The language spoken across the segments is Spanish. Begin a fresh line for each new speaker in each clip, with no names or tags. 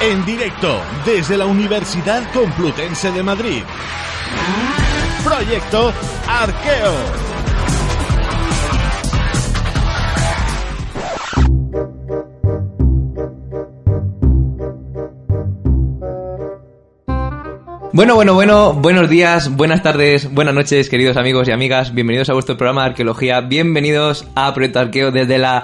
En directo desde la Universidad Complutense de Madrid. Proyecto Arqueo.
Bueno, bueno, bueno, buenos días, buenas tardes, buenas noches, queridos amigos y amigas. Bienvenidos a vuestro programa de arqueología. Bienvenidos a Proyecto Arqueo desde la.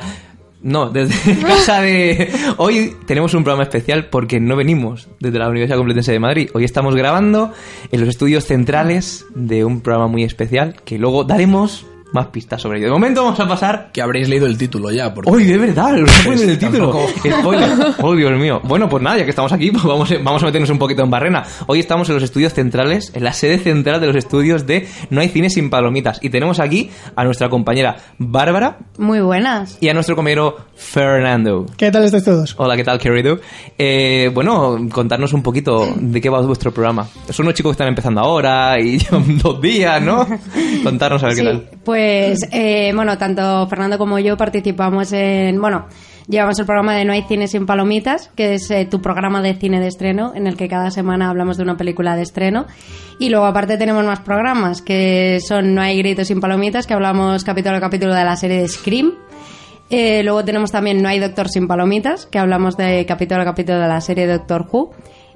No, desde casa de. Hoy tenemos un programa especial porque no venimos desde la Universidad Complutense de Madrid. Hoy estamos grabando en los estudios centrales de un programa muy especial que luego daremos más pistas sobre ello. De momento vamos a pasar.
Que habréis leído el título ya, porque...
¡Uy, de verdad! Lo ponen en el título. Spoiler. ¡Oh, Dios mío! Bueno, pues nada, ya que estamos aquí, pues vamos, vamos a meternos un poquito en barrena. Hoy estamos en los estudios centrales, en la sede central de los estudios de No hay cine sin palomitas. Y tenemos aquí a nuestra compañera Bárbara
Muy buenas.
y a nuestro compañero Fernando.
¿Qué tal estáis todos?
Hola, ¿qué tal, querido? Eh, bueno, contarnos un poquito de qué va vuestro programa. Son unos chicos que están empezando ahora y llevan dos días, ¿no? Contarnos a ver
Sí,
qué tal.
pues eh, bueno, tanto Fernando como yo participamos en, bueno, llevamos el programa de No hay cine sin palomitas, que es eh, tu programa de cine de estreno, en el que cada semana hablamos de una película de estreno. Y luego aparte tenemos más programas, que son No hay gritos sin palomitas, que hablamos capítulo a capítulo de la serie de Scream. Eh, luego tenemos también No hay Doctor sin palomitas, que hablamos de capítulo a capítulo de la serie Doctor Who.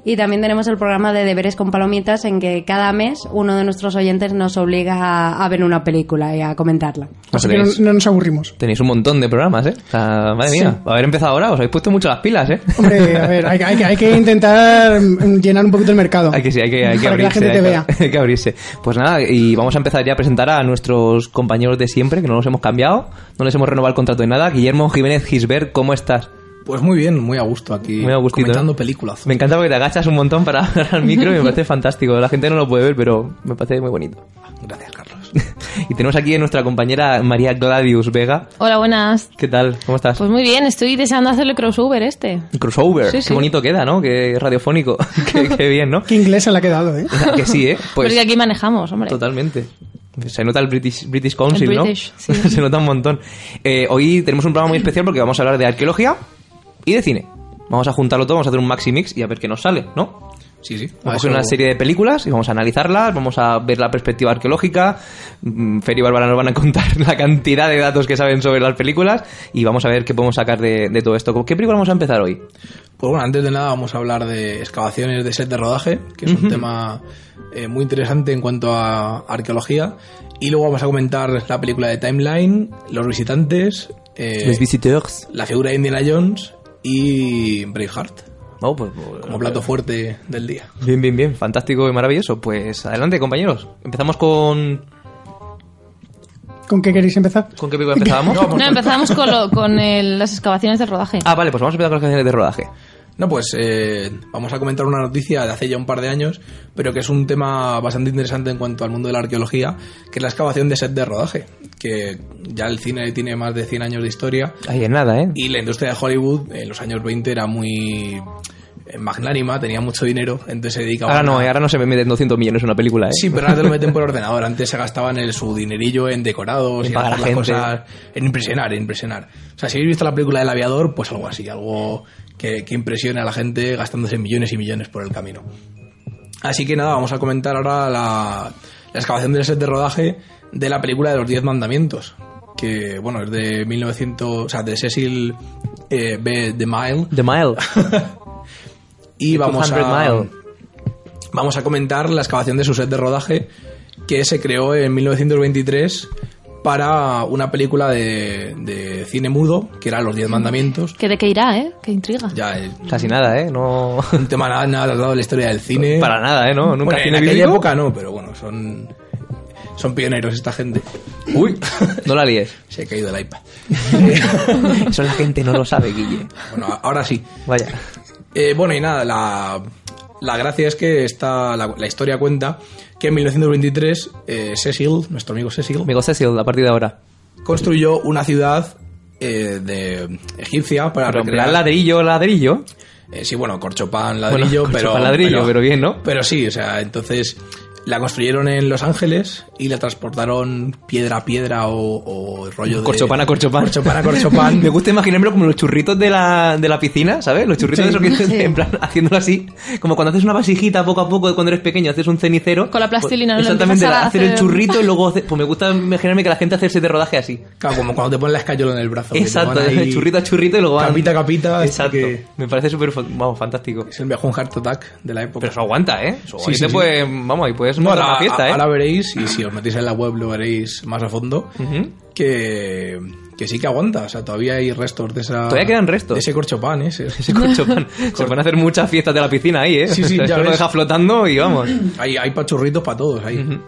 Y también tenemos el programa de Deberes con Palomitas, en que cada mes uno de nuestros oyentes nos obliga a, a ver una película y a comentarla.
Así
Vosotros
que no,
tenéis-
no nos aburrimos.
Tenéis un montón de programas, ¿eh? O sea, madre mía, haber empezado ahora, os habéis puesto mucho las pilas, ¿eh?
Hombre, a ver, hay, hay que- hay que intentar mm, llenar un poquito el mercado.
Hay que, sí, hay que, hay que
Para que la
abrirse.
gente te
hay, que, hay que abrirse. Pues nada, y vamos a empezar ya a presentar a nuestros compañeros de siempre, que no los hemos cambiado, no les hemos renovado el contrato de nada. Guillermo Jiménez Gisbert, ¿cómo estás?
Pues muy bien, muy a gusto aquí.
Muy a gustito,
Comentando
¿eh?
películas.
Me encanta porque te agachas un montón para agarrar el micro y me parece fantástico. La gente no lo puede ver, pero me parece muy bonito.
Gracias, Carlos.
Y tenemos aquí a nuestra compañera María Gladius Vega.
Hola, buenas.
¿Qué tal? ¿Cómo estás?
Pues muy bien, estoy deseando hacer el crossover este.
Crossover.
Sí,
Qué
sí.
bonito queda, ¿no? Qué radiofónico. qué, qué bien, ¿no?
Qué inglesa le ha quedado, ¿eh?
O sea, que sí, ¿eh? Pues
Porque aquí manejamos, hombre.
totalmente. Se nota el British, British Council,
El
¿no?
British, sí.
Se nota un montón. Eh, hoy tenemos un programa muy especial porque vamos a hablar de arqueología y de cine. Vamos a juntarlo todo, vamos a hacer un maxi mix y a ver qué nos sale, ¿no?
Sí, sí.
Vamos a
Eso-
coger una serie de películas y vamos a analizarlas, vamos a ver la perspectiva arqueológica. Mm, Fer y Bárbara nos van a contar la cantidad de datos que saben sobre las películas y vamos a ver qué podemos sacar de, de todo esto. ¿Con qué película vamos a empezar hoy?
Pues bueno, antes de nada vamos a hablar de excavaciones de set de rodaje, que es un tema eh, muy interesante en cuanto a arqueología. Y luego vamos a comentar la película de Timeline, Los Visitantes, eh,
Visiteurs.
la figura de Indiana Jones y Braveheart,
No, pues,
como plato fuerte del día.
Bien, bien, bien. Fantástico y maravilloso. Pues adelante, compañeros. Empezamos con...
¿Con qué queréis empezar?
¿Con qué película empezábamos?
No, empezamos con, lo- con el- las excavaciones del rodaje.
Ah, vale, pues vamos a empezar con las canciones de rodaje.
No, pues eh, vamos a comentar una noticia de hace ya un par de años, pero que es un tema bastante interesante en cuanto al mundo de la arqueología, que es la excavación de set de rodaje, que ya el cine tiene más de 100 años de historia
Ahí es nada, ¿eh?
y la industria de Hollywood en los años 20 era muy eh, magnánima, tenía mucho dinero, entonces se dedicaba
Ahora no,
a...
eh, ahora no se me meten 200 millones en una película, ¿eh?
Sí, pero ahora te lo meten por ordenador. Antes se gastaban el, su dinerillo en decorados,
En
y en
pagar a
hacer las
gente.
cosas, en impresionar, en impresionar. O sea, si habéis visto la película del aviador, pues algo así, algo que, que impresione a la gente gastándose millones y millones por el camino. Así que nada, vamos a comentar ahora la, la excavación del set de rodaje de la película de los Diez Mandamientos, que bueno, es de 1900, o sea, de Cecil eh, B. DeMille.
The Mile.
Y vamos a,
200 Mile.
vamos a comentar la excavación de su set de rodaje que se creó en 1923 para una película de, de cine mudo, que era Los Diez Mandamientos.
Que de qué irá, ¿eh? Qué intriga.
Ya es
Casi nada, ¿eh? No...
un tema nada, nada tratado de la historia del cine.
Para nada, ¿eh? No, nunca
Bueno, en
tiene
aquella
bíblico.
época no, pero bueno, son... Son pioneros esta gente.
Uy, no la líes.
Se ha caído el iPad.
Eso la gente no lo sabe, Guille.
bueno, ahora sí.
Vaya.
Eh, bueno, y nada, la, la gracia es que está, la, la historia cuenta que en 1923 eh, Cecil, nuestro amigo Cecil,
Amigo Cecil, a partir de ahora.
construyó una ciudad eh, de egipcia para
Pero en plan
recrear...
ladrillo, ladrillo.
Eh, sí, bueno, corchopán, ladrillo,
Bueno,
pero...
corchopán, ladrillo, pero bien, ¿no?
Pero sí, o sea, entonces la construyeron en Los Ángeles y la transportaron piedra a piedra o, o rollo de...
Corchopán a corchopán.
Corchopán a corchopán.
Me gusta imaginármelo como los churritos de la, de la piscina, ¿sabes? Los churritos de esos que
Sí.
en plan haciéndolo así. Como cuando haces una vasijita poco a poco cuando eres pequeño, haces un cenicero.
Con la plastilina, ¿no?
Pues, exactamente,
Empiezas a
hacer el
hacer-
churrito y luego. hace- Pues me gusta imaginarme que la gente hace ese de rodaje así.
Claro, como cuando te ponen la escayola en el brazo. que te
Exacto,
van ahí
churrito a churrito y luego van-
Capita a capita. hasta
Exacto.
que
Me parece súper. fa- Vamos, fantástico.
Es el mejor heart attack de la época.
Pero eso aguanta, ¿eh? Eso
Sí,
ahí
sí,
te
sí.
puede- Vamos, ahí puedes
No,
montar
ahora,
una fiesta, ¿eh?
ahora veréis, y si os metéis en la web lo veréis más a fondo,
Ujú.
que, que sí que aguanta. O sea, todavía hay restos de esa.
Todavía quedan restos.
De ese corchopán, ese.
Ese corchopán. Se van a hacer muchas fiestas de la piscina ahí, ¿eh?
Sí, sí,
Eso
ya
lo
ves.
deja flotando y vamos.
hay, hay pachurritos para todos ahí.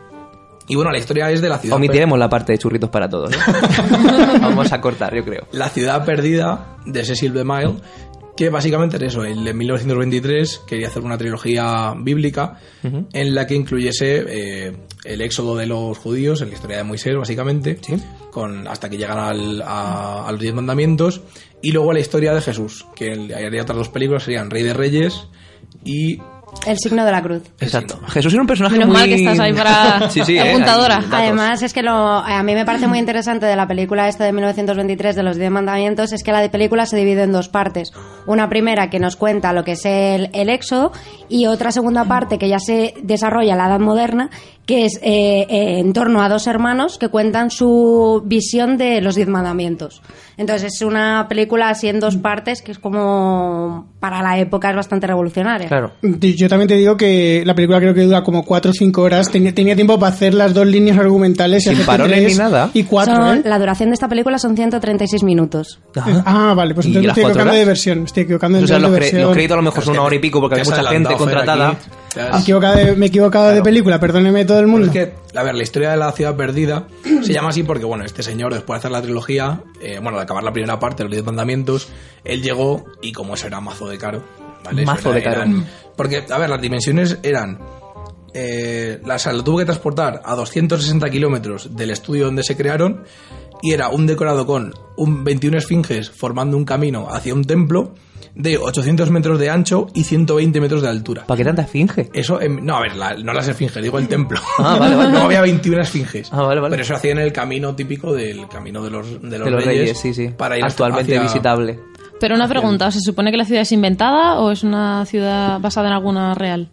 Y bueno, la historia es de la ciudad.
Omitiremos la parte de churritos para todos. ¿eh? Vamos a cortar, yo creo.
La ciudad perdida de Cecil B. Mile, que básicamente era eso. él En 1923 quería hacer una trilogía bíblica en la que incluyese eh, el éxodo de los judíos, en la historia de Moisés, básicamente, con, hasta que llegan al- a, a los Diez Mandamientos, y luego la historia de Jesús, que el- haría otras dos películas, serían Rey de Reyes y
El signo de la cruz.
Exacto. Jesús era un personaje
Menos
muy...
mal que estás ahí para
Sí, sí, ¿eh?
apuntadora.
Ahí, datos.
Además, es que lo, a mí me parece muy interesante de la película esta de 1923 de los Diez Mandamientos es que la de película se divide en dos partes. Una primera que nos cuenta lo que es el, el éxodo y otra segunda parte que ya se desarrolla en la Edad Moderna, que es eh, eh, en torno a dos hermanos que cuentan su visión de los Diez Mandamientos. Entonces es una película así en dos partes que es como para la época es bastante revolucionaria.
Claro.
Yo también te digo que la película creo que dura como 4 o 5 horas. Tenía, tenía tiempo para hacer las dos líneas argumentales. y
Sin
hacerte
parones
tres
ni nada.
Y cuatro,
Son-
¿eh?
La duración de esta película son 136 minutos.
Ajá.
Ah, vale, pues
¿Y
entonces me
las
estoy
cuatro
equivocando de
horas?
versión. Me estoy equivocando
O sea,
entonces
los,
de
cre- los
versión.
créditos a lo mejor son una hora y pico porque
Te
había
has
mucha gente
adelantado, Fer,
contratada.
aquí. Te has-
Me he equivocado de- me he equivocado de película, perdóneme todo el mundo.
Es que, a ver, la historia de la ciudad perdida se llama así porque, bueno, este señor, después de hacer la trilogía, eh, bueno, al acabar la primera parte, los 10 mandamientos, él llegó y como eso era mazo de caro. ¿vale? Eso
Mazo de caro.
eran- porque, a ver, las dimensiones eran... Eh, la, o sea, lo tuvo que transportar a 260 kilómetros del estudio donde se crearon y era un decorado con un 21 esfinges formando un camino hacia un templo de 800 metros de ancho y 120 metros de altura.
¿Para qué tanta esfinge?
Eso, en- no, a ver, la- no las esfinges, digo el templo.
Ah, vale, vale.
No había 21 esfinges.
Ah, vale, vale.
Pero eso hacían el camino típico del camino de los, de los,
De los
reyes,
reyes, sí, sí.
Para ir hasta-
Actualmente
hacia-
visitable.
Pero
Ah,
una pregunta, ¿se supone que la ciudad es inventada o es una ciudad basada en alguna real?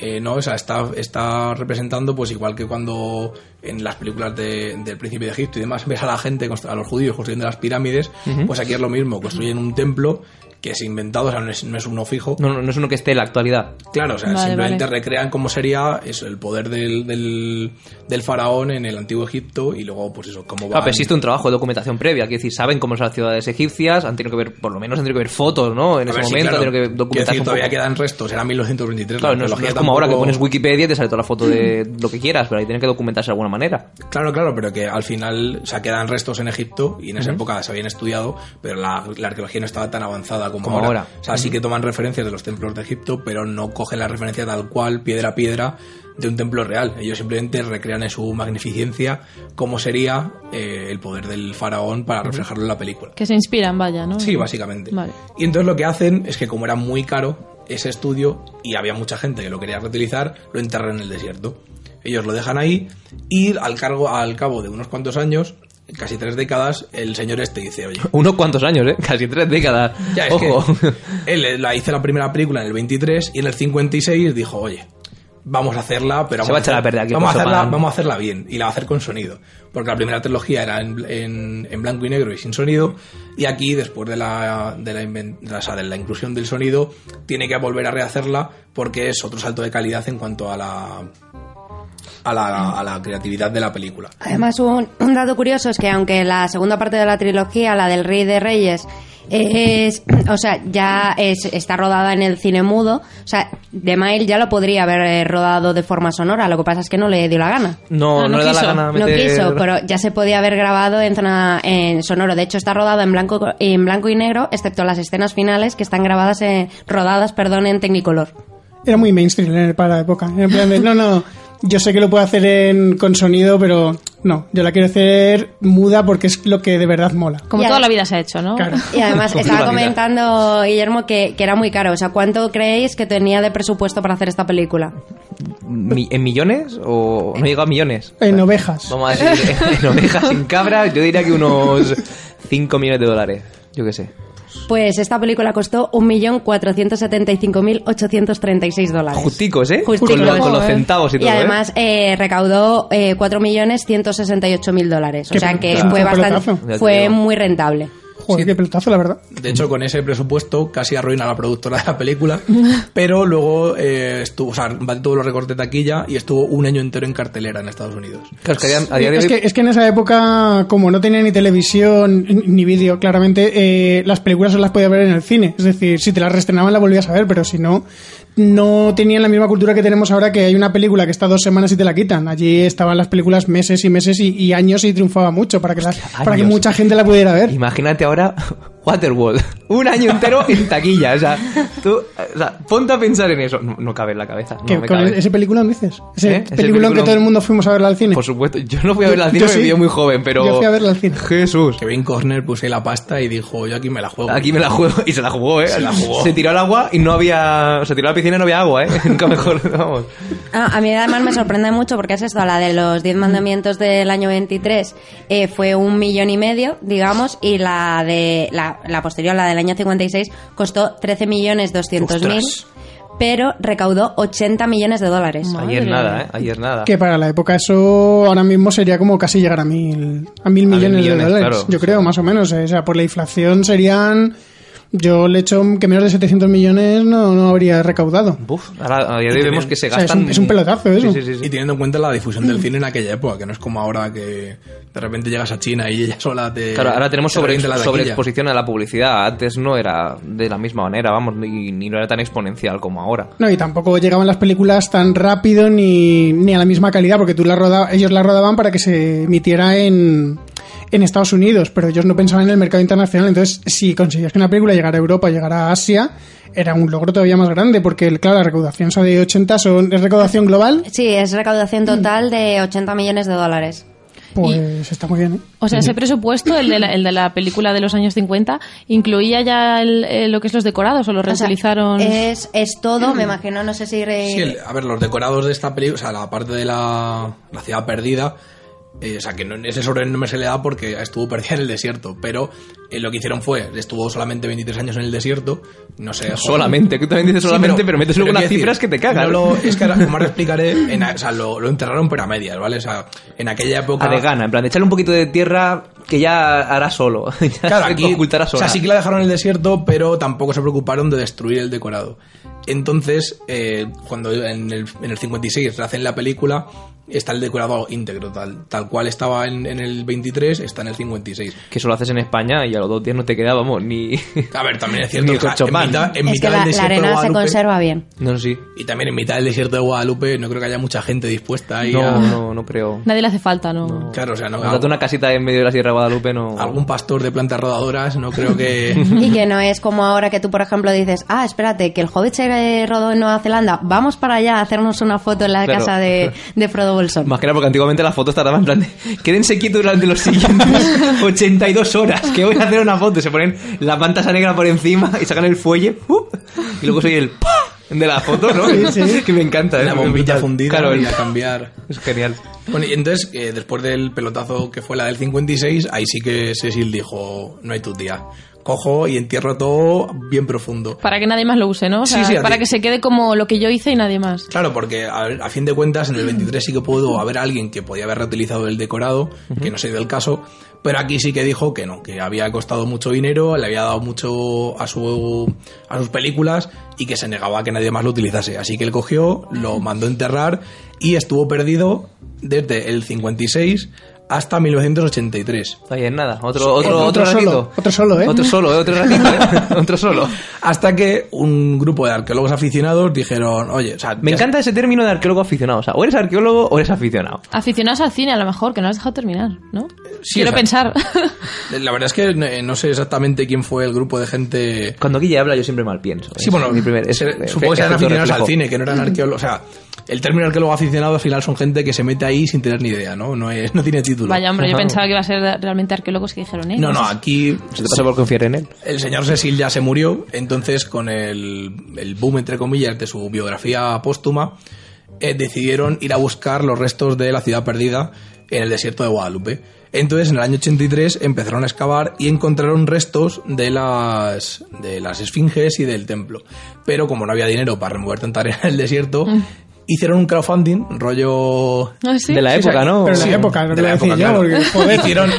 Eh, no, o sea, está, está representando, pues igual que cuando en las películas de- del Príncipe de Egipto y demás ves a la gente, constru- a los judíos construyendo las pirámides, pues aquí es lo mismo, construyen un templo que es inventado, o sea, no es, no es uno fijo.
No, no, no es uno que esté en la actualidad.
Claro, o sea,
Vale,
simplemente
vale.
recrean cómo sería eso, el poder del, del, del faraón en el antiguo Egipto y luego, pues eso, cómo va.
Claro, Ah, pero existe un trabajo de documentación previa. Quiero decir, saben cómo son las ciudades egipcias, han tenido que ver, por lo menos han tenido que ver fotos, ¿no? En
A
ese
ver, sí,
momento, han
claro.
tenido que
Quiero
documentar
decir,
un
todavía
poco.
quedan restos, era 1923.
Claro,
la
no es, no
arqueología
es como ahora que
tampoco-
pones Wikipedia y te sale toda la foto de lo que quieras, pero ahí tienen que documentarse de alguna manera.
Claro, claro, pero que al final, o sea, quedan restos en Egipto y en esa época se habían estudiado, pero la, la arqueología no estaba tan avanzada como,
Como ahora.
O sea, sí que toman referencias de los templos de Egipto, pero no cogen la referencia tal cual, piedra a piedra, de un templo real. Ellos simplemente recrean en su magnificencia cómo sería eh, el poder del faraón para reflejarlo en la película.
Que se inspiran, vaya, ¿no?
Sí, básicamente.
Vale.
Y entonces lo que hacen es que como era muy caro ese estudio y había mucha gente que lo quería reutilizar, lo enterran en el desierto. Ellos lo dejan ahí y al, cargo, al cabo de unos cuantos años, casi tres décadas, el señor este dice, oye,
Unos cuantos años, ¿eh? Casi tres décadas.
ya es
Ojo.
que él eh, la hizo la primera película en el 23 y en el 56 dijo, oye, vamos a hacerla, pero
Se
vamos
va a echar a perder aquí,
vamos a
por
hacerla,
Chopin.
vamos a hacerla bien y la va a hacer con sonido, porque la primera trilogía era en, en- en blanco y negro y sin sonido y aquí después de la de la, inven- o sea, de la inclusión del sonido tiene que volver a rehacerla porque es otro salto de calidad en cuanto a la a la, a la creatividad de la película.
Además, un, un dato curioso es que aunque la segunda parte de la trilogía, la del Rey de Reyes, es, o sea, ya es- está rodada en el cine mudo. O sea, The Mile ya lo podría haber eh, rodado de forma sonora, lo que pasa es que no le dio la gana.
No,
Ah,
no,
no
le da la
quiso.
gana
No
meter-
quiso, pero ya se podía haber grabado en zona en sonoro. De hecho, está rodado en blanco en blanco y negro, excepto las escenas finales que están grabadas en, rodadas, perdón, en Technicolor.
Era muy mainstream en el- para la época. En plan de, no, no, yo sé que lo puedo hacer en- con sonido, pero no, yo la quiero hacer muda porque es lo que de verdad mola.
Como
Y
toda
ahora-
la vida se ha hecho, ¿no?
Claro.
Y además
Con
estaba
viva vida.
comentando Guillermo que, que era muy caro. O sea, ¿cuánto creéis que tenía de presupuesto para hacer esta película?
Mi- ¿En millones o no llegó a millones?
En ovejas.
Vamos a decir, en ovejas, en cabras, yo diría que unos 5 millones de dólares. Yo qué sé.
Pues esta película costó 1.475.836 dólares.
Justicos, ¿eh?
Justicos.
Con, los- con los
Joder.
centavos y
Y
todo. ¿eh?
además eh, recaudó eh, 4.168.000 dólares. O
Qué
sea que
pelotazo.
fue
Qué
pelotazo.
bastante,
Ya te
fue
digo.
muy rentable.
Joder, qué pelotazo, la verdad.
De hecho, con ese presupuesto casi arruina a la productora de la película, pero luego eh, estuvo, o sea, tuvo los recortes de taquilla y estuvo un año entero en cartelera en Estados Unidos.
Claro, es que a día- a día de
Es
hoy-
que, es que en esa época, como no tenía ni televisión ni- ni vídeo, claramente eh, las películas solo las podía ver en el cine. Es decir, si te las restrenaban las volvías a ver, pero si no, no tenían la misma cultura que tenemos ahora que hay una película que está dos semanas y te la quitan. Allí estaban las películas meses y meses y, y años y triunfaba mucho para que, las-
Hostia,
para que
años.
mucha gente la pudiera ver.
Imagínate ahora Waterworld. Un año entero en taquilla. O sea, tú, o sea, ponte a pensar en eso. No, no cabe en la cabeza. No
Que-
me
con
cabe.
ese película dices.
¿Eh?
Ese,
Ese
película que
peliculón. Pues
todo el mundo fuimos a verla al cine.
Por supuesto, yo no fui a
Yo-
verla al
yo
cine, me
sí.
pilló muy joven, pero.
Yo fui a verla al cine.
Jesús.
Kevin Costner puse la pasta y dijo, yo aquí me la juego.
Aquí me la juego. Y se la jugó, ¿eh? Se la jugó. Se tiró al agua y no había. Se tiró a la piscina y no había agua, ¿eh? Nunca mejor. Vamos.
Ah, a mí además me sorprende mucho porque es esto, la de los 10 mandamientos del año 23 eh, fue un millón y medio, digamos, y la de la, la posterior, la del año 56, costó 13 millones 200 mil,
Ostras.
pero recaudó 80 millones de dólares.
Madre.
Ayer nada, ¿eh? Ayer nada.
Que para la época eso ahora mismo sería como casi llegar a mil, a mil
A mil
millones,
millones,
de dólares.
claro.
yo creo, más o menos. eh. O sea, por la inflación serían... Yo le echo que menos de 700 millones no, no habría recaudado.
Buf, ahora a día de hoy vemos que se
O sea, es
gastan.
un- es un pelotazo eso.
Sí, sí, sí.
Y teniendo en cuenta la difusión del cine en aquella época, que no es como ahora que de repente llegas a China y ella sola te...
Claro, ahora tenemos
te
sobre,
revienta la taquilla.
sobreexposición a la publicidad. Antes no era de la misma manera, vamos, ni, ni no era tan exponencial como ahora.
No, y tampoco llegaban las películas tan rápido ni, ni a la misma calidad, porque tú la roda, ellos la rodaban para que se emitiera en, en Estados Unidos, pero ellos no pensaban en el mercado internacional. Entonces, si conseguías que una película llegara a Europa, llegara a Asia, era un logro todavía más grande, porque, claro, la recaudación esa de 80 son, es recaudación global,
Sí, es
Mm.
recaudación total de 80 millones de dólares.
pues está muy bien, ¿eh?
O sea, ese presupuesto, el de la, el de la película de los años 50, incluía ya el- eh, lo que es los decorados o los
O sea, eh,
reutilizaron.
es, es todo, me imagino, no sé si... re-
Mm. Sí, el- a ver, los decorados de esta película, o sea, la parte de la, la ciudad perdida, eh, o sea, que no, ese sobrenombre se le da porque estuvo perdida en el desierto, pero eh, lo que hicieron fue, estuvo solamente 23 años en el desierto, no sé... joder.
Solamente, que tú también dices
Sí,
solamente, pero, metes luego
quiero
unas
decir,
cifras que te cagan.
no lo- es que ahora, como ahora explicaré, en a- o sea, lo, lo enterraron pero a medias, ¿vale? O sea, en aquella época...
A de gana, en plan, de echarle un poquito de tierra que ya hará solo. Ya
Claro,
se
aquí,
ocultará
o
sola.
sea, sí que la dejaron en el desierto, pero tampoco se preocuparon de destruir el decorado. Entonces, eh, cuando en el, en el 56 hacen la película, está el decorado íntegro, tal, tal cual estaba en, en el 23, está en el 56.
Que eso lo haces en España y a los dos días no te queda, vamos, ni...
A ver, también es cierto
Ni
que o sea, en
Cochopán.
mitad, en
es
mitad
que la,
del
la
desierto de
arena se
Guadalupe-
conserva bien.
No, sí.
Y también en mitad del desierto de Guadalupe no creo que haya mucha gente dispuesta ahí a...
No, no, no creo.
Nadie le hace falta, ¿no?
Claro, o sea, no,
Montarte una casita en medio de la Sierra de Guadalupe no...
algún pastor de plantas rodadoras no creo que...
Y que no es como ahora que tú, por ejemplo, dices, ah, espérate, que el Hobbit se eh, rodó en Nueva Zelanda, vamos para allá a hacernos una foto en la
Claro.
casa de, de Frodo Bolsón.
Más que nada porque antiguamente las fotos tardaban en plan de, Quédense quietos durante los siguientes 82 horas que voy a hacer una foto. Se ponen la pantalla negra por encima y sacan el fuelle ¡up! y luego soy el ¡pa! de la foto, ¿no? Que me encanta. ¿eh?
La bombilla
Brutal.
fundida
Claro, el-
y a cambiar...
es genial.
Bueno, y entonces, eh, después del pelotazo que fue la del 56, ahí sí que Cecil dijo, no hay tu día. Cojo y entierro todo bien profundo.
Para que nadie más lo use, ¿no? O
Sí,
sea,
sí, a
para
ti.
que se quede como lo que yo hice y nadie más.
Claro, porque a, ver, a fin de cuentas en el 23 sí que pudo haber alguien que podía haber reutilizado el decorado, que no se dio el caso, pero aquí sí que dijo que no, que había costado mucho dinero, le había dado mucho a, su, a sus películas y que se negaba a que nadie más lo utilizase. Así que él cogió, lo mandó a enterrar y estuvo perdido desde el 56 hasta 1983.
Oye, nada, otro, otro,
Otro-
otro,
otro solo,
ratito.
otro solo, ¿eh?
Otro solo, ¿eh? Otro ratito, ¿eh? otro solo.
Hasta que un grupo de arqueólogos aficionados dijeron, oye, o sea,
Me
ya-
encanta ese término de arqueólogo aficionado. O sea, o eres arqueólogo o eres aficionado.
Aficionados al cine, a lo mejor, que no lo has dejado terminar, ¿no?
Eh,
Sí,
Quiero
o sea-
pensar.
La verdad es que eh, no sé exactamente quién fue el grupo de gente
Cuando Guille habla, yo siempre mal pienso.
Sí,
Es
bueno,
mi primer- es-
se-
eh,
supongo que serán
efecto
aficionados
reflejo.
al cine, que no eran arqueólogos. O sea, el término arqueólogo aficionado al final son gente que se mete ahí sin tener ni idea, ¿no? No, es, no tiene título.
Vaya, hombre, yo
Ajá.
pensaba que iba a ser realmente arqueólogos que dijeron, ¿eh?
No, no, aquí
Se te pasa por confiar en él.
el señor Cecil ya se murió, entonces con el, el boom, entre comillas, de su biografía póstuma, eh, decidieron ir a buscar los restos de la ciudad perdida en el desierto de Guadalupe. Entonces, en el año 83 empezaron a excavar y encontraron restos de las, de las esfinges y del templo. Pero como no había dinero para remover tanta arena del desierto,
Mm.
hicieron un crowdfunding, rollo...
Ah, sí.
De la
Sí,
época,
sí.
¿no?
Pero en
Sí,
la época, no
de
lo voy
la
a decir
época,
yo,
claro.
porque joder.
Hicieron,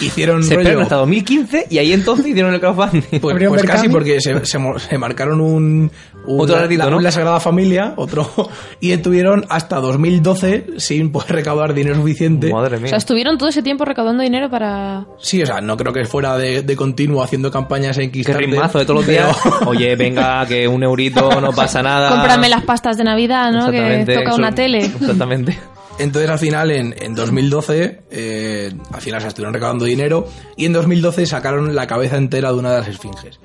hicieron
Se esperaron
rollo...
hasta 2015 y ahí entonces hicieron el crowdfunding.
Pues,
Habría un
pues casi
Berkami.
porque se, se mo- se marcaron un, un-
Otro
la-
ratito,
la,
¿no?
la Sagrada Familia, otro, y estuvieron hasta 2012 sin poder recaudar dinero suficiente.
Madre
O
mía.
sea, estuvieron todo ese tiempo recaudando dinero para...
Sí, o sea, no creo que fuera de, de continuo haciendo campañas en
Qué
Kickstarter.
rimazo de todos los días. Oye, venga, que un eurito no pasa nada.
Cómprame las pastas de Navidad, ¿no? Que
Exactamente,
toca
eso-
una tele.
Exactamente.
Entonces al final, en, en 2012, eh, al final se estuvieron recaudando dinero y en 2012 sacaron la cabeza entera de una de las esfinges.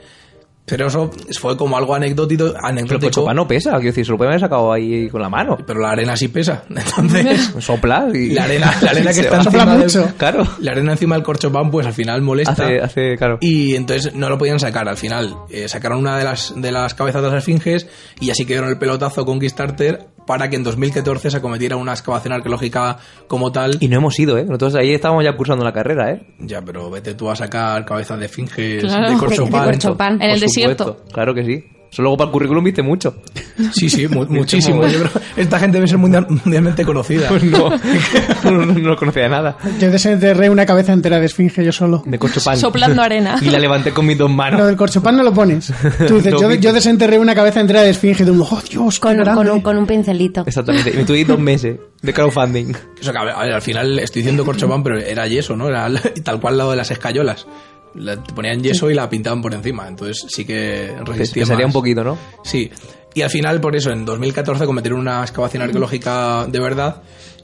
Pero eso fue como algo anecdótico.
Pero pues
anecdótico
sopa no pesa, quiero decir, se lo pueden haber sacado ahí con la mano.
pero la arena sí pesa.
Pues
Entonces...
Sopla y...
La arena, la arena que
Se
está
va.
Sopla
encima del-
mucho.
Claro.
la arena encima del corchopán pues al final molesta
Hace, hace, claro.
y entonces no lo podían sacar al final eh, sacaron una de las de las cabezas de las esfinges y así quedaron el pelotazo con Kickstarter para que en 2014 se acometiera una excavación arqueológica como tal
Y no hemos ido, ¿eh? Nosotros ahí estábamos ya cursando la carrera, ¿eh?
ya pero vete tú a sacar cabezas de esfinges
Claro.
de
De-
corchopán
de corchopán.
En el
Por supuesto,
desierto.
Claro que sí. Eso luego para el currículum viste mucho.
sí sí mu- muchísimo Yo creo- esta gente debe ser mundial- mundialmente conocida
Pues no, no, no, no conocía nada.
Yo desenterré una cabeza entera de esfinge yo solo.
De corchopán.
Soplando arena.
Y la levanté con mis dos
Lo
manos.
del corchopán no lo pones. Tú dices,
No,
yo,
mira.
yo desenterré una cabeza entera de esfinge. Y tú, oh, Dios, qué
Con, un-
grande.
con un, con un pincelito.
Exactamente. Y me tuve dos meses de crowdfunding.
Eso que, a ver, a ver, al final estoy diciendo corchopán, pero era yeso, ¿no? Era tal cual lado de las escayolas. La- te ponían yeso y la pintaban por encima. Entonces sí que resistía.
Pesaría
más.
un poquito, ¿no?
Sí. Y al final, por eso, en 2014 cometieron una excavación arqueológica de verdad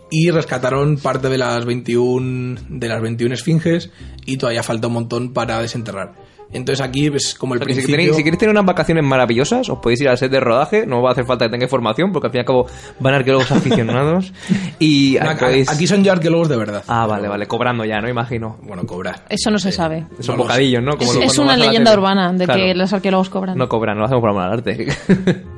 y rescataron parte de las 21, de las 21 esfinges y todavía falta un montón para desenterrar. Entonces aquí es como el
Porque si,
principio...
tenéis- si queréis tener unas vacaciones maravillosas, os podéis ir al set de rodaje. No va a hacer falta que tengáis formación, porque al fin y al cabo van arqueólogos aficionados. Y
No,
ahí
acá-
podéis-
Aquí son ya arqueólogos de verdad.
Ah, vale, vale. Cobrando ya, ¿no? Imagino.
Bueno, cobrar.
Eso no se sabe.
Son
No lo sé.
bocadillos, ¿no? Como
Es,
lo-
es
cuando
una
vas a la
leyenda
tele.
urbana de que
Claro.
los arqueólogos cobran.
No cobran, lo hacemos por amor al arte.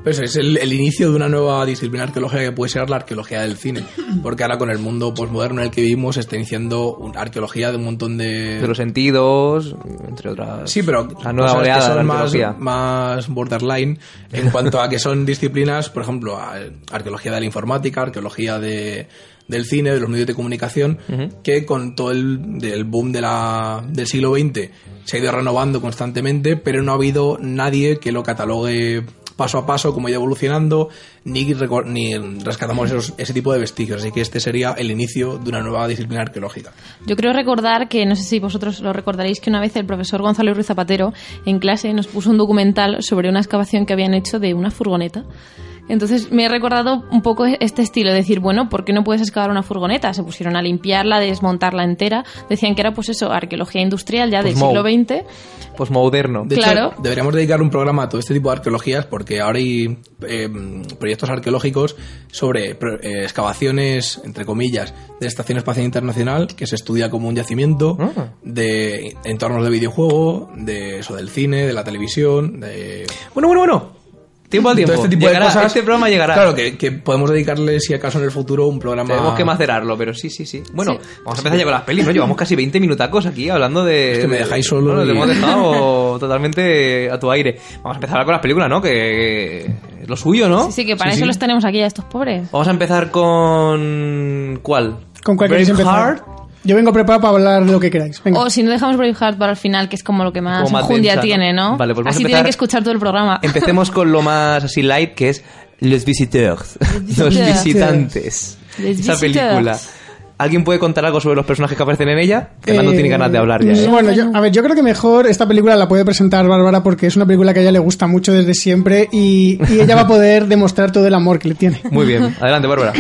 Pues es el, el inicio de una nueva disciplina arqueológica que puede ser la arqueología del cine. Porque ahora con el mundo posmoderno en el que vivimos se está iniciando un- arqueología de un montón de...
de los sentidos, entre otras.
Sí, pero
La nueva
cosas que
oleada de la
son más,
arqueología.
más borderline en cuanto a que son disciplinas, por ejemplo, a- arqueología de la informática, arqueología de, del cine, de los medios de comunicación, que con todo el del boom de la, del siglo XX se ha ido renovando constantemente, pero no ha habido nadie que lo catalogue paso a paso como ha ido evolucionando, ni, reco- ni rescatamos esos- ese tipo de vestigios. Así que este sería el inicio de una nueva disciplina arqueológica.
Yo creo recordar que, no sé si vosotros lo recordaréis, que una vez el profesor Gonzalo Ruiz Zapatero en clase nos puso un documental sobre una excavación que habían hecho de una furgoneta. Entonces me he recordado un poco este estilo, de decir, bueno, ¿por qué no puedes excavar una furgoneta? Se pusieron a limpiarla, desmontarla entera. Decían que era, pues eso, arqueología industrial ya del
Postmodern.
siglo XX.
Postmoderno.
De
Claro.
hecho, deberíamos dedicar un programa a todo este tipo de arqueologías porque ahora hay eh, proyectos arqueológicos sobre pro- eh, excavaciones, entre comillas, de Estación Espacial Internacional, que se estudia como un yacimiento,
Ah.
de entornos de videojuego, de eso del cine, de la televisión, de...
Bueno, bueno, bueno. Tiempo al tiempo.
Todo este tipo de
Llegará,
cosas.
Este programa llegará.
Claro, que, que podemos dedicarle, si acaso en el futuro, un programa...
Tenemos que macerarlo, pero sí, sí, sí. Bueno,
Sí.
vamos a empezar ya con las pelis, ¿no? Llevamos casi 20 minutacos aquí hablando de...
Es que me dejáis solo
Bueno,
y-
te hemos dejado totalmente a tu aire. Vamos a empezar ahora con las películas, ¿no? Que es lo suyo, ¿no?
Sí, sí, que para eso
sí. Oh,
los tenemos aquí a estos pobres.
Vamos a empezar con... ¿Cuál?
¿Con cuál queréis empezar?
Braveheart.
Yo vengo preparado para hablar lo que queráis. Venga.
O si no dejamos Braveheart para el final, que es como lo que más,
Como más
enjundia
densa, ¿no?
tiene, ¿no?
Vale, pues vamos a empezar-
Así
Em-
tienen que escuchar todo el programa.
Empecemos con lo más así light, que es Les Visiteurs. Los
Visiteurs.
visitantes.
Les
Esa
Visiteurs.
película. ¿Alguien puede contar algo sobre los personajes que aparecen en ella? Fernando
Eh,
tiene ganas de hablar ya. ¿eh?
Bueno, yo, a ver, yo creo que mejor esta película la puede presentar Bárbara porque es una película que a ella le gusta mucho desde siempre y, y ella va a poder demostrar todo el amor que le tiene.
Muy bien, adelante Bárbara.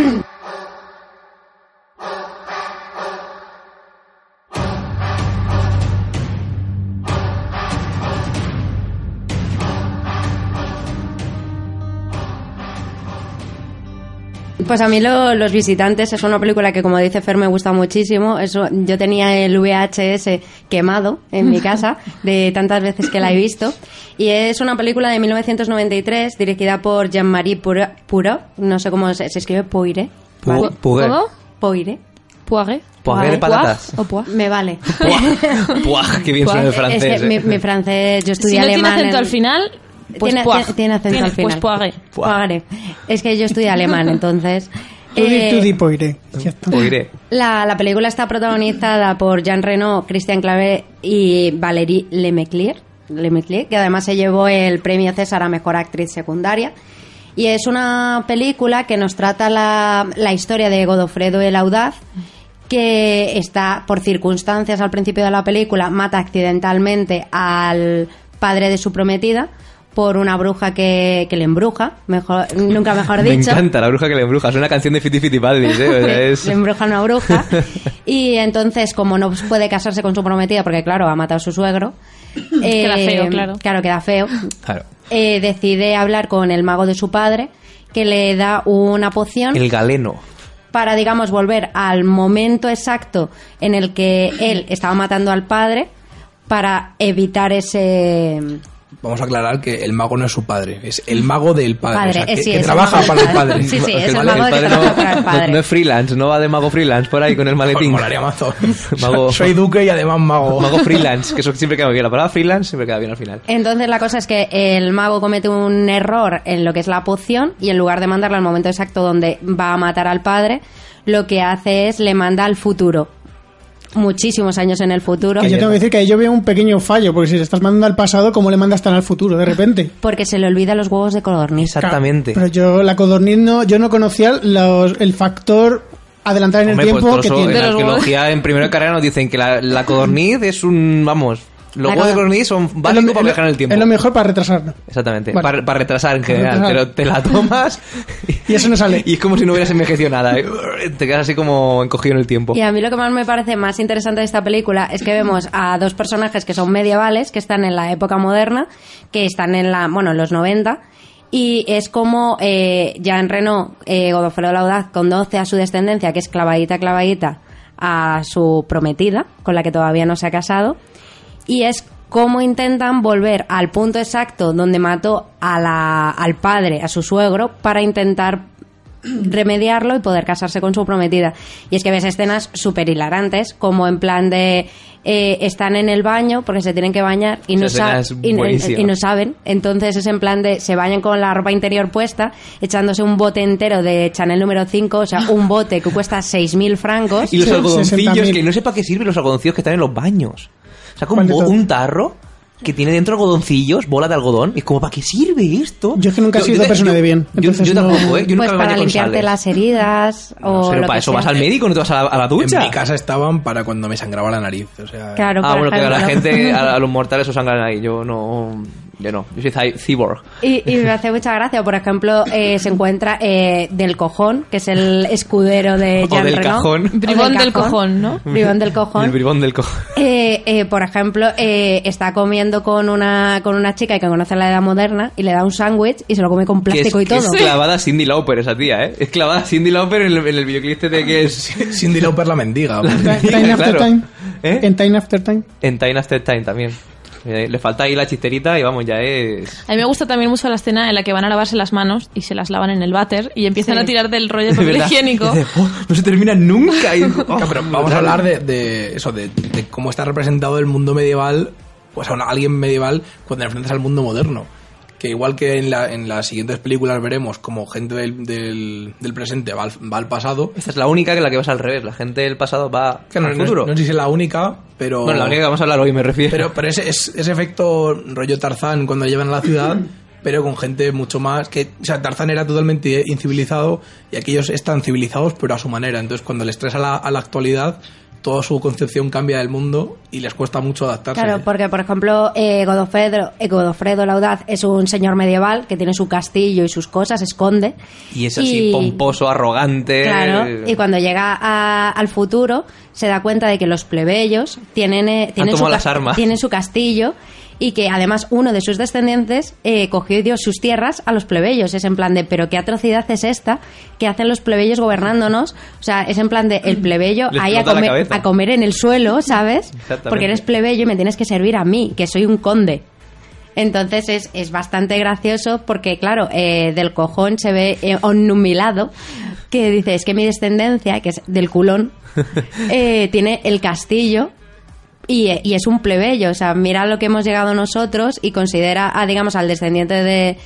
Pues a mí lo- Los Visitantes es una película que, como dice Fer, me gusta muchísimo. Eso, yo tenía el VHS quemado en mi casa de tantas veces que la he visto. Y es una película de 1993 dirigida por Jean-Marie Puro, Puro. No sé cómo se, se escribe, Poire. ¿vale?
Pu- Puguer.
¿Cómo?
Poire.
Poiré.
Poiré de patatas.
¿O poag?
Me vale.
Puah, puah, qué bien suena el
Es que
francés. eh.
mi, mi francés, yo estudié
Si no tiene
alemán.
acento
en-
al final, pues
tiene,
poag.
tiene- tiene acento
Tiene,
al final.
Pues poiré.
Poire. Es que yo estudié alemán, entonces.
Tú di,
eh,
tú di, poiré. Ya está.
Pugueré.
La, la película está protagonizada por Jean Reno, Christian Claver y Valérie Lemeclier, Lemeclier, que además se llevó el premio César a Mejor Actriz Secundaria. Y es una película que nos trata la, la historia de Godofredo el Audaz, que está, por circunstancias al principio de la película, mata accidentalmente al padre de su prometida por una bruja que, que le embruja, mejor, nunca mejor
Me
dicho.
encanta la bruja que le embruja. Es una canción de Fiti Fiti Padres, ¿eh? O sea, es-
Le embruja una bruja. Y entonces, como no puede casarse con su prometida, porque claro, ha matado a su suegro. eh,
Queda feo, claro.
Claro, queda feo.
Claro.
eh, decide hablar con el mago de su padre, que le da una poción
El galeno.
para, digamos, volver al momento exacto en el que él estaba matando al padre para evitar ese...
Vamos a aclarar que el mago no es su padre, es el mago del padre,
Padre,
o sea, que,
eh, sí,
que
es el
trabaja
mago
para el
del padre.
padre.
Sí, sí,
Que
es el
vale,
mago del
padre
padre.
no,
para el padre.
no- no es freelance, no va de mago freelance por ahí con el
Joder,
maletín.
molaría mazo.
Mago-
Soy duque y además mago.
Mago freelance, que eso siempre queda bien. La palabra freelance siempre queda bien al final.
Entonces la cosa es que el mago comete un error en lo que es la poción y en lugar de mandarla al momento exacto donde va a matar al padre, lo que hace es le manda al futuro. Muchísimos años en el futuro.
Que yo tengo que decir que ahí yo veo un pequeño fallo, porque si le estás mandando al pasado, ¿cómo le mandas tan al futuro de repente?
Porque se le olvida los huevos de codorniz.
Exactamente.
Pero yo, la codorniz, no, yo no conocía los- el factor adelantar en
Hombre,
el
pues,
tiempo
por
que
eso
tiene.
en
De los
arqueología, en primero de carrera nos dicen que la, la codorniz es un, vamos, los
La
huevos de
codor-
codorniz son
Es lo-
básicos para
es lo-
viajar en el tiempo.
Es lo mejor para retrasarlo.
Exactamente,
Vale.
para, para retrasar en general,
retrasar.
pero te la tomas
Y eso no sale.
Y es como si no hubieras envejecido nada, ¿eh? te quedas así como encogido en el tiempo.
Y a mí lo que más me parece más interesante de esta película es que vemos a dos personajes que son medievales, que están en la época moderna, que están en la, bueno, en los 90. Y es como eh, Jean Reno, eh, Godofredo Laudaz, conduce a su descendencia, que es clavadita, clavadita, a su prometida, con la que todavía no se ha casado. Y es cómo intentan volver al punto exacto donde mató a la, al padre, a su suegro, para intentar remediarlo y poder casarse con su prometida. Y es que ves escenas súper hilarantes, como en plan de eh, están en el baño porque se tienen que bañar y no,
Esa escena
sab-
es
y, no-
buenísima.
y no saben. Entonces es en plan de se bañan con la ropa interior puesta, echándose un bote entero de Chanel número 5, o sea, un bote que cuesta 6.000 francos.
Y los
Sí,
algodoncillos,
60.000.
que no sé para qué sirven los algodoncillos que están en los baños. O sea, como
¿Cuál de
un,
todos?
un tarro que tiene dentro algodoncillos, bola de algodón. Y es como, ¿para qué sirve esto?
Yo es que nunca he sido
te-
persona de bien,
Yo,
entonces
yo
no-
tampoco, ¿eh? Yo nunca
pues
me
para
bañé con
limpiarte
sales.
las heridas
No,
o
pero
lo
para
que
eso
sea.
vas al médico, no te vas a la, a la
En
ducha.
mi casa estaban para cuando me sangraba la nariz. O sea,
Claro,
Ah,
por
bueno, que a la
ejemplo.
gente, a, a los mortales os sangran ahí. Yo no. Yo no. Yo soy cy- cyborg.
Y, y me hace mucha gracia, por ejemplo, eh, se encuentra eh, Del Cojón, que es el escudero de
O
Jean
del
Reno.
cajón.
O
Bribón del cojón, ¿no?
Bribón del Cojón.
El bribón del cojón.
Eh, eh, por ejemplo, eh, está comiendo con una, con una chica que conoce la edad moderna y le da un sándwich y se lo come con
Que es,
plástico y
que es
todo.
clavada Cindy Lauper esa tía, ¿eh? Es clavada Cindy Lauper en el, en el videoclip este de que es...
Cindy Lauper la mendiga.
Ta- Time after
Claro.
time.
¿Eh?
En time after time.
En Time After Time también. Eh, le falta ahí la chisterita y vamos, ya es...
A mí me gusta también mucho la escena en la que van a lavarse las manos y se las lavan en el váter y empiezan
Sí.
a tirar del rollo de
De
papel
verdad.
higiénico.
Dice, "Oh, no se termina nunca. Y- oh,
No, pero vamos a hablar de, de eso, de, de cómo está representado el mundo medieval, pues a, una- alguien medieval cuando enfrentas al mundo moderno. Que igual que en, la- en las siguientes películas veremos como gente del, del- del presente va al, va al pasado.
Esta es la única que la que vas al revés. La gente del pasado va
Que no,
al
no es-
futuro.
no sé si es la única, pero...
Bueno, la única que vamos a hablar hoy me refiero.
Pero, pero ese, es- ese efecto rollo Tarzán cuando llevan a la ciudad pero con gente mucho más que, o sea, Tarzán era totalmente incivilizado y aquellos están civilizados pero a su manera, entonces cuando les traes a la, a la actualidad toda su concepción cambia del mundo y les cuesta mucho adaptarse.
Claro, porque por ejemplo, eh, Godofredo, eh, Godofredo el Audaz es un señor medieval que tiene su castillo y sus cosas, esconde.
Y es así, pomposo, arrogante.
Claro, y cuando llega a- al futuro se da cuenta de que los plebeyos tienen, eh, tienen, su,
tomado las
cas-
armas.
tienen su castillo y que además uno de sus descendientes eh, cogió y dio sus tierras a los plebeyos. Es en plan de, pero qué atrocidad es esta que hacen los plebeyos gobernándonos. O sea, es en plan de, el plebeyo
Le
ahí a
explota la
comer,
cabeza.
a comer en el suelo, ¿sabes?
Exactamente.
Porque eres plebeyo y me tienes que servir a mí, que soy un conde. Entonces es, es bastante gracioso porque, claro, eh, del cojón se ve eh, onnumilado que dice, es que mi descendencia, que es del culón, eh, tiene el castillo y, eh, y es un plebeyo. O sea, mira lo que hemos llegado nosotros y considera, a, digamos, al descendiente de,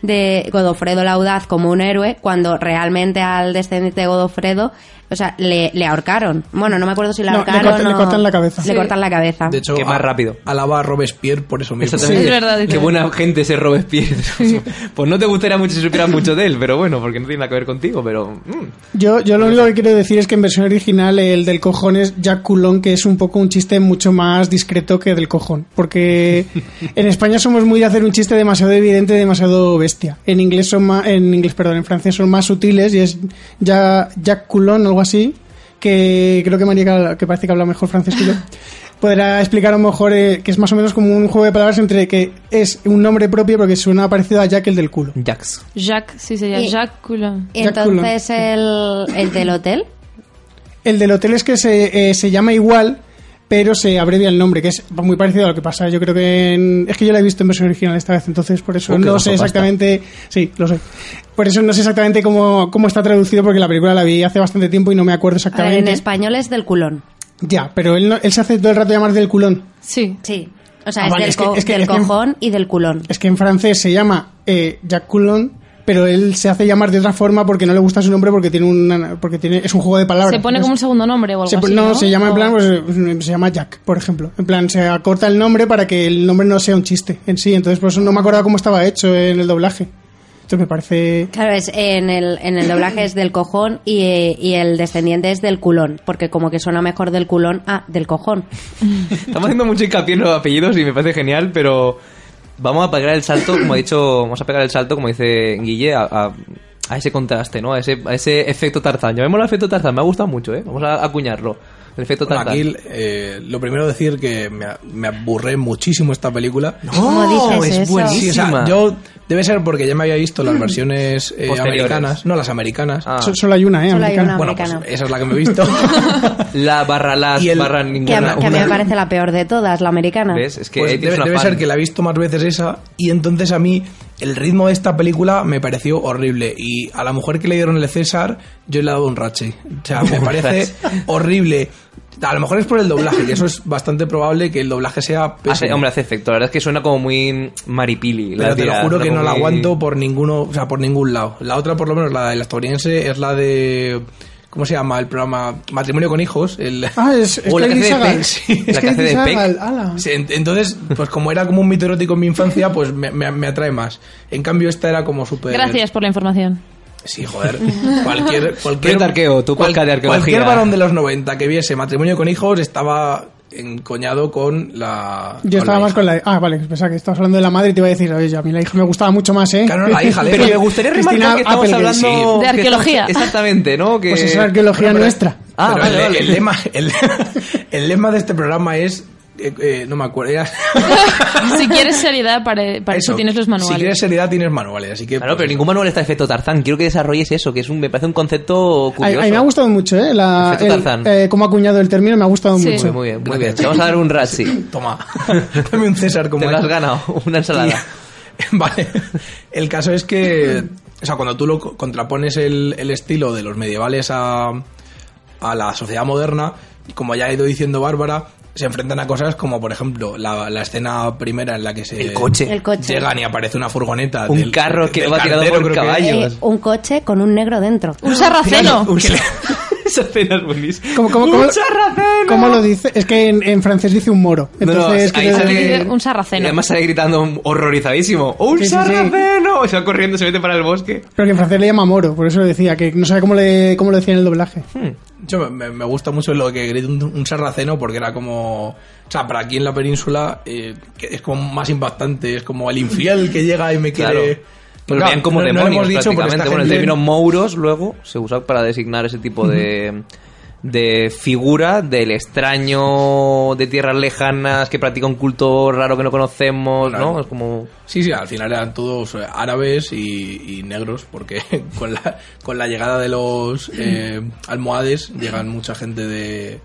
de Godofredo el Audaz como un héroe cuando realmente al descendiente de Godofredo... O sea, le, le ahorcaron. Bueno, no me acuerdo si le
No, le
ahorcaron
cortan- le
o-
cortan la cabeza.
Le
Sí.
cortan la cabeza.
De hecho,
Que más
a-
rápido.
Alaba a Robespierre por eso mismo.
Exactamente.
Sí, es verdad, es
Qué
verdad.
buena gente ese Robespierre. pues no te gustaría mucho si supieras mucho de él, pero bueno, porque no tiene nada que ver contigo, pero... mm.
Yo, yo lo único que quiero decir es que en versión original el del cojón es Jack Coulon, que es un poco un chiste mucho más discreto que del cojón. Porque en España somos muy de hacer un chiste demasiado evidente, demasiado bestia. En inglés son más, en inglés, perdón, en francés son más sutiles y es ya Jack Coulon o algo así, que creo que María, que parece que habla mejor francés que yo, podrá explicar a lo mejor eh, que es más o menos como un juego de palabras entre que es un nombre propio porque suena parecido a Jack el del culo.
Jax.
Jacques, sí sería
Y-
Jacques Coulon.
Y entonces el, el del hotel.
El del hotel es que se, eh, se llama igual, pero se abrevia el nombre, que es muy parecido a lo que pasa. Yo creo que en- es que yo la he visto en versión original esta vez, entonces por eso
Oh, qué
no sé
gafapasta.
exactamente. Sí, lo sé. Por eso no sé exactamente cómo, cómo está traducido, porque la película la vi hace bastante tiempo y no me
Ah,
acuerdo
A ver, en
exactamente.
español es del culón.
ya, pero él, no- él se hace todo el rato llamar del culón.
Sí.
Sí. O sea,
Ah,
es,
vale,
del,
es que-
co-
es que-
del
es que-
cojón y del culón.
Es que en francés se llama eh, Jacques Coulon, pero él se hace llamar de otra forma porque no le gusta su nombre, porque tiene una, porque tiene, es un juego de palabras.
Se pone como un
Entonces-
segundo nombre o algo
pues, Se pone-
así.
no, se llama en
O-
plan, pues, eh, se llama Jack, por ejemplo. En plan, se acorta el nombre para que el nombre no sea un chiste en sí. Entonces, por eso no me acordaba cómo estaba hecho en el doblaje. Entonces me parece.
Claro, es en el, en el doblaje es del cojón y, eh, y el descendiente es del culón. Porque como que suena mejor del culón a del cojón.
Estamos haciendo mucho hincapié en los apellidos y me parece genial, pero vamos a pegar el salto, como ha dicho, vamos a pegar el salto, como dice Guille, a, a- a ese contraste, ¿no? A ese, a ese efecto Tarzán. Llamémoslo efecto Tarzán, me ha gustado mucho, ¿eh? Vamos a acuñarlo. El efecto
Bueno,
Tarzán.
aquí eh, lo primero decir que me, me aburré muchísimo esta película.
¿Cómo dices
Oh, es
eso?
Sí, o sea,
buenísima.
yo debe ser porque ya me había visto las versiones eh,
Posteriores.
americanas, no las americanas.
Ah.
so- Solo hay una, ¿eh?
Solo hay
Americana.
una.
Bueno, pues
Americana.
esa es la que me he visto.
La barra las
Y el-
barra
que a-
Que a,
ninguna.
mí- que a mí me
una.
parece la peor de todas, la americana.
¿Ves? Es que
Pues
ahí tienes
debe,
una
debe
fan.
ser que la he visto más veces esa y entonces a mí el ritmo de esta película me pareció horrible y a la mujer que le dieron el César yo le he dado un rache. O sea, me
Un
parece horrible. A lo mejor es por el doblaje, que eso es bastante probable que el doblaje sea
Hace-
pésimo.
hombre, hace efecto. La verdad es que suena como muy maripili.
Pero
la
te lo
tía,
juro que
como
no la
muy-
aguanto por ninguno, o sea, por ningún lado. La otra, por lo menos, la del estadounidense es la de. ¿Cómo se llama el programa? Matrimonio con hijos. El...
Ah, es, es
O Uh, la que
Katie
hace de
Sagal.
Peck.
Sí,
La
Es
que hace
Katie
de
Sagal,
Peck.
ala.
Sí, en- Entonces, pues como era como un mito erótico en mi infancia, pues me, me- me atrae más. En cambio, esta era como súper.
Gracias por la información.
Sí, joder. Cualquier. cualquier
Prieto Arqueo, tu podcast de arqueología.
Cualquier varón de los 90 que viese matrimonio con hijos estaba encoñado con la.
Yo estaba más con la. Ah, vale, pensaba que estabas hablando de la madre y te iba a decir, oye, yo a mí la hija me gustaba mucho más, ¿eh?
Claro, no, la hija, la
Pero
hija.
me gustaría remarcar
Cristina
que estamos
Applegate, sí.
hablando... que
De
estamos-
arqueología.
exactamente, ¿no? Que...
Pues es la arqueología
Bueno, pero-
nuestra.
Ah,
pero
vale,
el,
vale.
el lema, el, el lema de este programa es. eh, eh, no me acuerdo. era-
si quieres seriedad, para, para eso, tienes los manuales.
Si quieres seriedad, tienes manuales. Así que,
Claro,
pues,
pero ningún manual está efecto Tarzán. Quiero que desarrolles eso, que es un, me parece un concepto
A, a
curioso.
mí me ha gustado mucho, ¿eh? La,
Efecto Tarzán.
eh, cómo ha acuñado el término, me ha gustado
Sí.
Muy,
mucho.
muy bien, muy bien. Te vamos a dar un Ratsi.
Toma, dame un César como
Te lo
él.
has ganado, una ensalada.
Y- vale. El caso es que, o sea, cuando tú lo co- contrapones el, el estilo de los medievales a, a la sociedad moderna, como ya ha ido diciendo Bárbara, se enfrentan a cosas como, por ejemplo, la, la escena primera en la que se
El coche.
El coche.
llegan y aparece una furgoneta,
Un carro que
del
va tirado
cartero,
por
creo que-
caballo.
Eh, un coche con un negro dentro.
Un sarraceno.
Que le-
Esa escena es buenísima.
¿Cómo- cómo- cómo-
¡Un sarraceno!
¿Cómo lo dice? Es que en, en francés dice un moro.
No, no,
Entonces,
ahí
creo-
sale-
Un sarraceno.
Y además sale gritando horrorizadísimo. ¡Un
Sí, sí, sí.
sarraceno! O sea, corriendo se mete para el bosque.
Pero que en francés le llama moro, por eso lo decía, que no sabe cómo, le, cómo lo decía en el doblaje.
Yo me, me gusta mucho lo que grita un, un sarraceno porque era como. O sea, para aquí en la península eh, que es como más impactante, es como el infiel que llega y me quiere.
Claro. Pero
Claro,
veían como
no- no lo
demonios
hemos dicho porque
prácticamente.
esta
Bueno, el
gente-
término mouros luego se usa para designar ese tipo de, de figura del extraño de tierras lejanas que practica un culto raro que no conocemos, ¿no?
Claro.
Es como...
Sí, sí, al final eran todos eh, árabes y, y negros, porque con la, con la llegada de los eh, almohades llegan mucha gente de,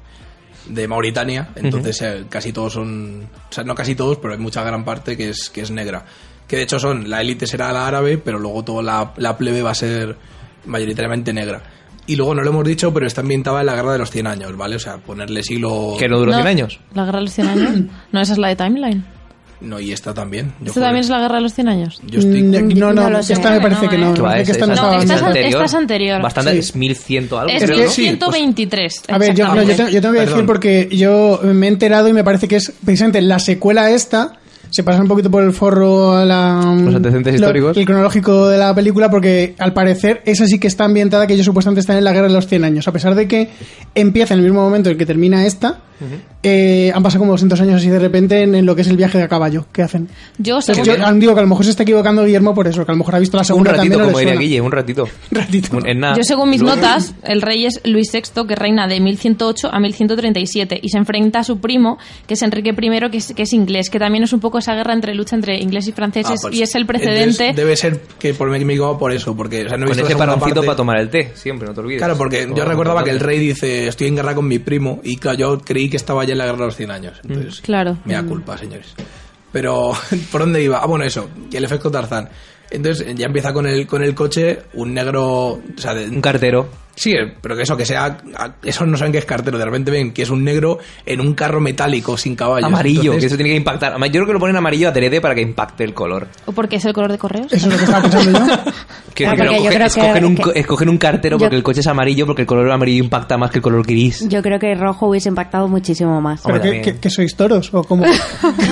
de Mauritania, entonces eh, casi todos son, o sea, no casi todos, pero hay mucha gran parte que es, que es negra. Que de hecho son, la élite será la árabe, pero luego toda la, la plebe va a ser mayoritariamente negra. Y luego no lo hemos dicho, pero está ambientada en la Guerra de los 100 años, ¿vale? O sea, ponerle siglo...
Que no duró
No,
100 años.
La guerra de los 100 años. No, esa es la de Timeline.
No, y esta también. Yo,
¿Esta
joder,
también es Mm, la guerra de los 100 años?
yo estoy...
Mm, No, no,
No lo sé,
esta me
no,
parece que no.
eh.
me
Que va,
parece
es-
que esta no
esa-
estaba
esta es-
ambientada.
esta es anterior.
Bastante,
Sí.
es 1100 algo.
Es
creo,
que
¿no?
sí. pues,
1123.
A ver, yo, no, yo, te- yo tengo que
Perdón.
decir porque yo me he enterado y me parece que es precisamente la secuela esta. Se pasa un poquito por el forro a la, mm,
Los antecedentes históricos.
El cronológico de la película, porque al parecer esa sí que está ambientada, que ellos supuestamente están en la guerra de los 100 años. A pesar de que empieza en el mismo momento en que termina esta, eh, han pasado como 200 años así de repente en, en lo que es el viaje de a caballo que hacen.
Yo, según-
Entonces, yo aún digo que a lo mejor se está equivocando Guillermo por eso, que a lo mejor ha visto la
Un
segunda
ratito,
también. no le
como diría
suena.
Guille, un ratito.
Un ratito.
Un- en nada.
yo según mis
Luego-
notas, el rey es Luis VI, que reina de 1108 a 1137, y se enfrenta a su primo, que es Enrique I, que es, que es inglés, que también es un poco esa guerra entre lucha entre inglés y
Ah,
franceses,
pues,
y es el
entonces
precedente.
Debe ser que por me me he equivocado por eso, porque o sea, no he
Con ese
visto la segunda
paroncito
parte.
para tomar el té, siempre, no te olvides.
Claro, porque yo
Como-
recordaba que el rey dice, estoy en guerra con mi primo, y claro, yo creí que estaba ya en la guerra de los 100 años. Entonces,
Mm, Claro.
me da culpa, señores. Pero, ¿por dónde iba? Ah, bueno, eso, y el efecto Tarzán. Entonces, ya empieza con el, con el coche, un negro, o sea, de-
Un cartero.
Sí, pero que eso, que sea. a- Eso no saben que es cartero, de repente ven que es un negro en un carro metálico sin caballo.
Amarillo, que eso tiene que impactar. Además, Yo creo que lo ponen amarillo adrede para que impacte el color.
¿O porque es el color de correos?
Eso es lo que estaba pensando yo.
Que
Claro,
pero
porque yo
coge-
creo que-
escogen, un, co-
que-
escogen un cartero
Yo-
porque el coche es amarillo, porque el color amarillo impacta más que el color gris.
Yo creo que el rojo hubiese impactado muchísimo más.
Hombre,
Pero que,
también.
que- que sois toros, o como.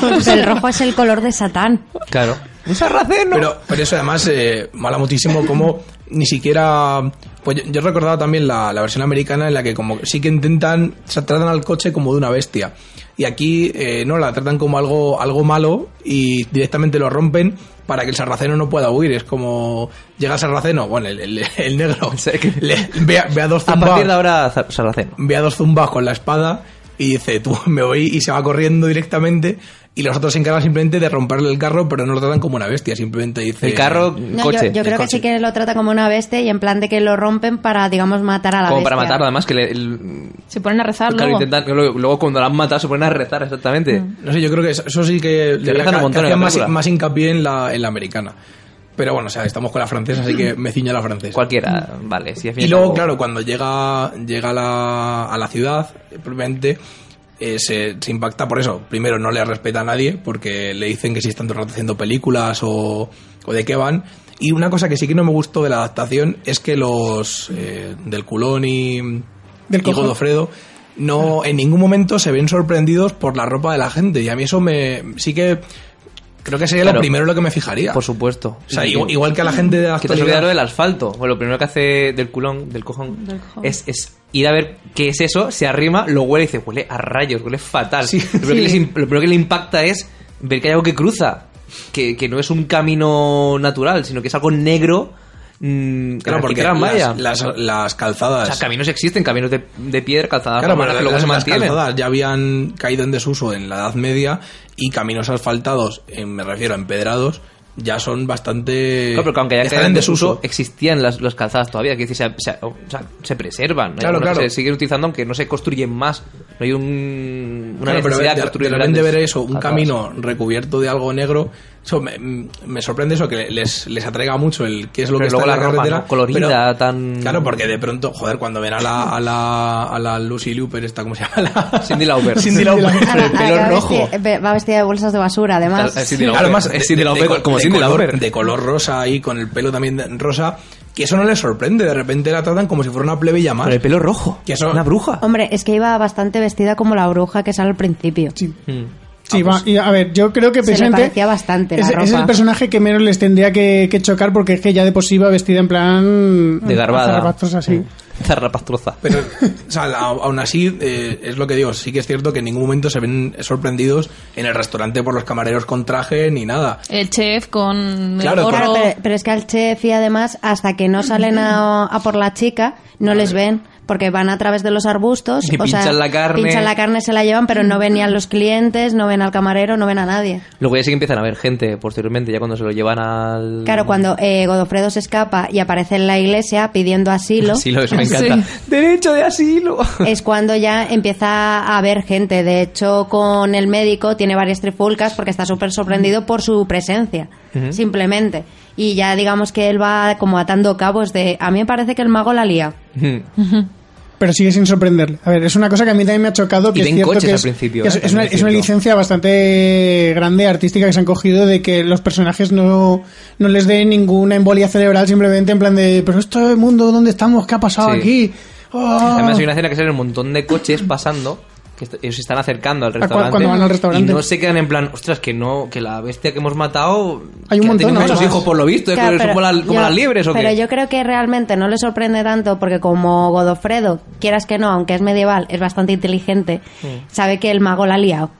Pues el rojo es el color de Satán.
Claro. Un sarraceno.
Pero, pero eso además eh, mola muchísimo como ni siquiera... Pues yo, yo recordaba también la, la versión americana en la que como sí que intentan, se tratan al coche como de una bestia. Y aquí eh, no, la tratan como algo, algo malo y directamente lo rompen para que el sarraceno no pueda huir. Es como llega el sarraceno, bueno, el, el- el negro,
O sea que-
le- ve, a- ve a dos
a partir de
zumbados
ahora, zar- sarraceno.
ve a dos zumbas con la espada y dice, tú me voy y se va corriendo directamente. Y los otros se encargan simplemente de romperle el carro, pero no lo tratan como una bestia, simplemente dice...
El carro,
No, yo-
coche.
yo, creo que
coche.
sí que lo trata como una bestia y en plan de que lo rompen para, digamos, matar a la
Como
bestia.
para matarlo, además, que le- el-
Se ponen a rezar
claro,
luego.
intentan- luego, luego cuando la han matado se ponen a rezar, exactamente.
Mm.
No sé, yo creo que eso, eso sí que le
rezan un montón en la película.
más, más hincapié en la, en la americana. Pero bueno, o sea, estamos con la francesa, así que me ciño a la francesa.
Cualquiera, vale. Si al fin
Y
al
luego,
cabo-
claro, cuando llega, llega a la, a la ciudad, eh, probablemente eh, se, se impacta por eso. Primero, no le respeta a nadie porque le dicen que si están todo el rato haciendo películas o, o de qué van. Y una cosa que sí que no me gustó de la adaptación es que los eh, del culón y,
Del
y
cojo.
Godofredo no en ningún momento se ven sorprendidos por la ropa de la gente. Y a mí eso me sí que creo que sería
Claro.
lo primero en lo que me fijaría.
Por supuesto.
O sea, igual, igual que a la gente de la
Que te has
actualidad-
olvidado del asfalto. Bueno, lo primero que hace del culón, del cojón,
Del cojón.
Es, es ir a ver qué es eso, se arrima, lo huele y dice, huele a rayos, huele fatal.
Sí.
Lo, primero que les im- lo primero que le impacta es ver que hay algo que cruza, que, que no es un camino natural, sino que es algo negro. mm,
Claro, porque
gran valla.
las, las- las
o
calzadas.
sea, caminos existen, caminos de, de piedra, calzadas
Claro,
romanas
pero
que luego
las,
se
las
mantienen.
calzadas ya habían caído en desuso en la Edad Media y caminos asfaltados, eh, me refiero a empedrados, ya son bastante.
Claro, pero que aunque ya
están
quedan en desuso, existían las, las calzadas todavía, que es decir, se, se- o sea, se preservan. Hay
Claro,
algunas que
claro.
Se siguen utilizando aunque no se construyen más. No hay un, una
Claro, pero
necesidad
de-
de
de,
construir
de repente
grandes
ver eso, un
calzadas.
camino recubierto de algo negro, eso me, me sorprende eso, que les, les atraiga mucho el qué es lo
Pero
que
luego
está
la
en la
ropa,
carretera.
¿no? Colorida,
pero-
tan-
Claro, porque de pronto, joder, cuando ven a la, a la, a la Lucy Looper, esta, ¿cómo se llama? La...
Cindy Lauper.
Cindy Lauper.
Claro,
El pelo
ahí va
rojo.
vestida- ve- va vestida de bolsas de basura, además.
Claro, es Cindy Lauper.
Claro, además,
es Cindy Lauper,
col-
como
de
Cindy
color,
Lauper.
de color rosa ahí, con el pelo también de- rosa, que eso no les sorprende. De repente la tratan como si fuera una plebeya más.
Con el pelo rojo.
Que eso-
Una bruja.
Hombre, es que iba bastante vestida como la bruja que sale al principio.
Sí.
Hmm.
Sí,
Ah,
va,
pues
y a ver, yo creo que
Se le
precisamente
parecía bastante la
es, es
ropa.
el personaje que menos les tendría que, que chocar porque es que ya de por sí va vestida en plan
De garbada.
zarapastos así.
Mm. Zarrapastroza.
Pero, o sea, la- aún así, eh, es lo que digo, sí que es cierto que en ningún momento se ven sorprendidos en el restaurante por los camareros con traje ni nada.
El chef con
Claro,
el gorro.
Claro, pero, pero es que al chef y además, hasta que no salen a, a por la chica, no les ven. Porque van a través de los arbustos.
Y
o sea,
pinchan la carne.
Pinchan la carne, se la llevan, pero no ven ni a los clientes, no ven al camarero, no ven a nadie.
Luego ya sí que empiezan a ver gente posteriormente, ya cuando se lo llevan al...
Claro, cuando eh, Godofredo se escapa y aparece en la iglesia pidiendo asilo,
Asilo, eso me encanta. ¡Derecho de asilo!
es cuando ya empieza a haber gente. De hecho, con el médico tiene varias trifulcas porque está súper sorprendido por su presencia, simplemente. Y ya digamos que él va como atando cabos de... A mí me parece que el mago la lía.
Mm.
Pero sigue sin sorprenderle. A ver, es una cosa que a mí también me ha chocado. Que
Y
es
ven
cierto
coches
que
al
es,
principio,
que es-
¿eh?
es una,
También es
es una
cierto.
licencia bastante grande, artística, que se han cogido de que los personajes no, no les den ninguna embolia cerebral, simplemente en plan de, pero esto mundo, ¿dónde estamos? ¿Qué ha pasado
Sí.
aquí? Oh".
Además hay una escena que salen un montón de coches pasando, que est- ellos se están acercando al
cu-
restaurante.
cuando van al restaurante.
Y no se quedan en plan, ostras, que no, que la bestia que hemos matado...
Hay un
que ha
montón,
tenido
¿no?
muchos
Además.
hijos por lo visto, es
Claro,
que son
pero
como, la- como
yo-
las liebres o
Pero
qué.
yo creo que realmente no le sorprende tanto porque como Godofredo, quieras que no, aunque es medieval, es bastante inteligente,
Mm.
sabe que el mago la ha liado.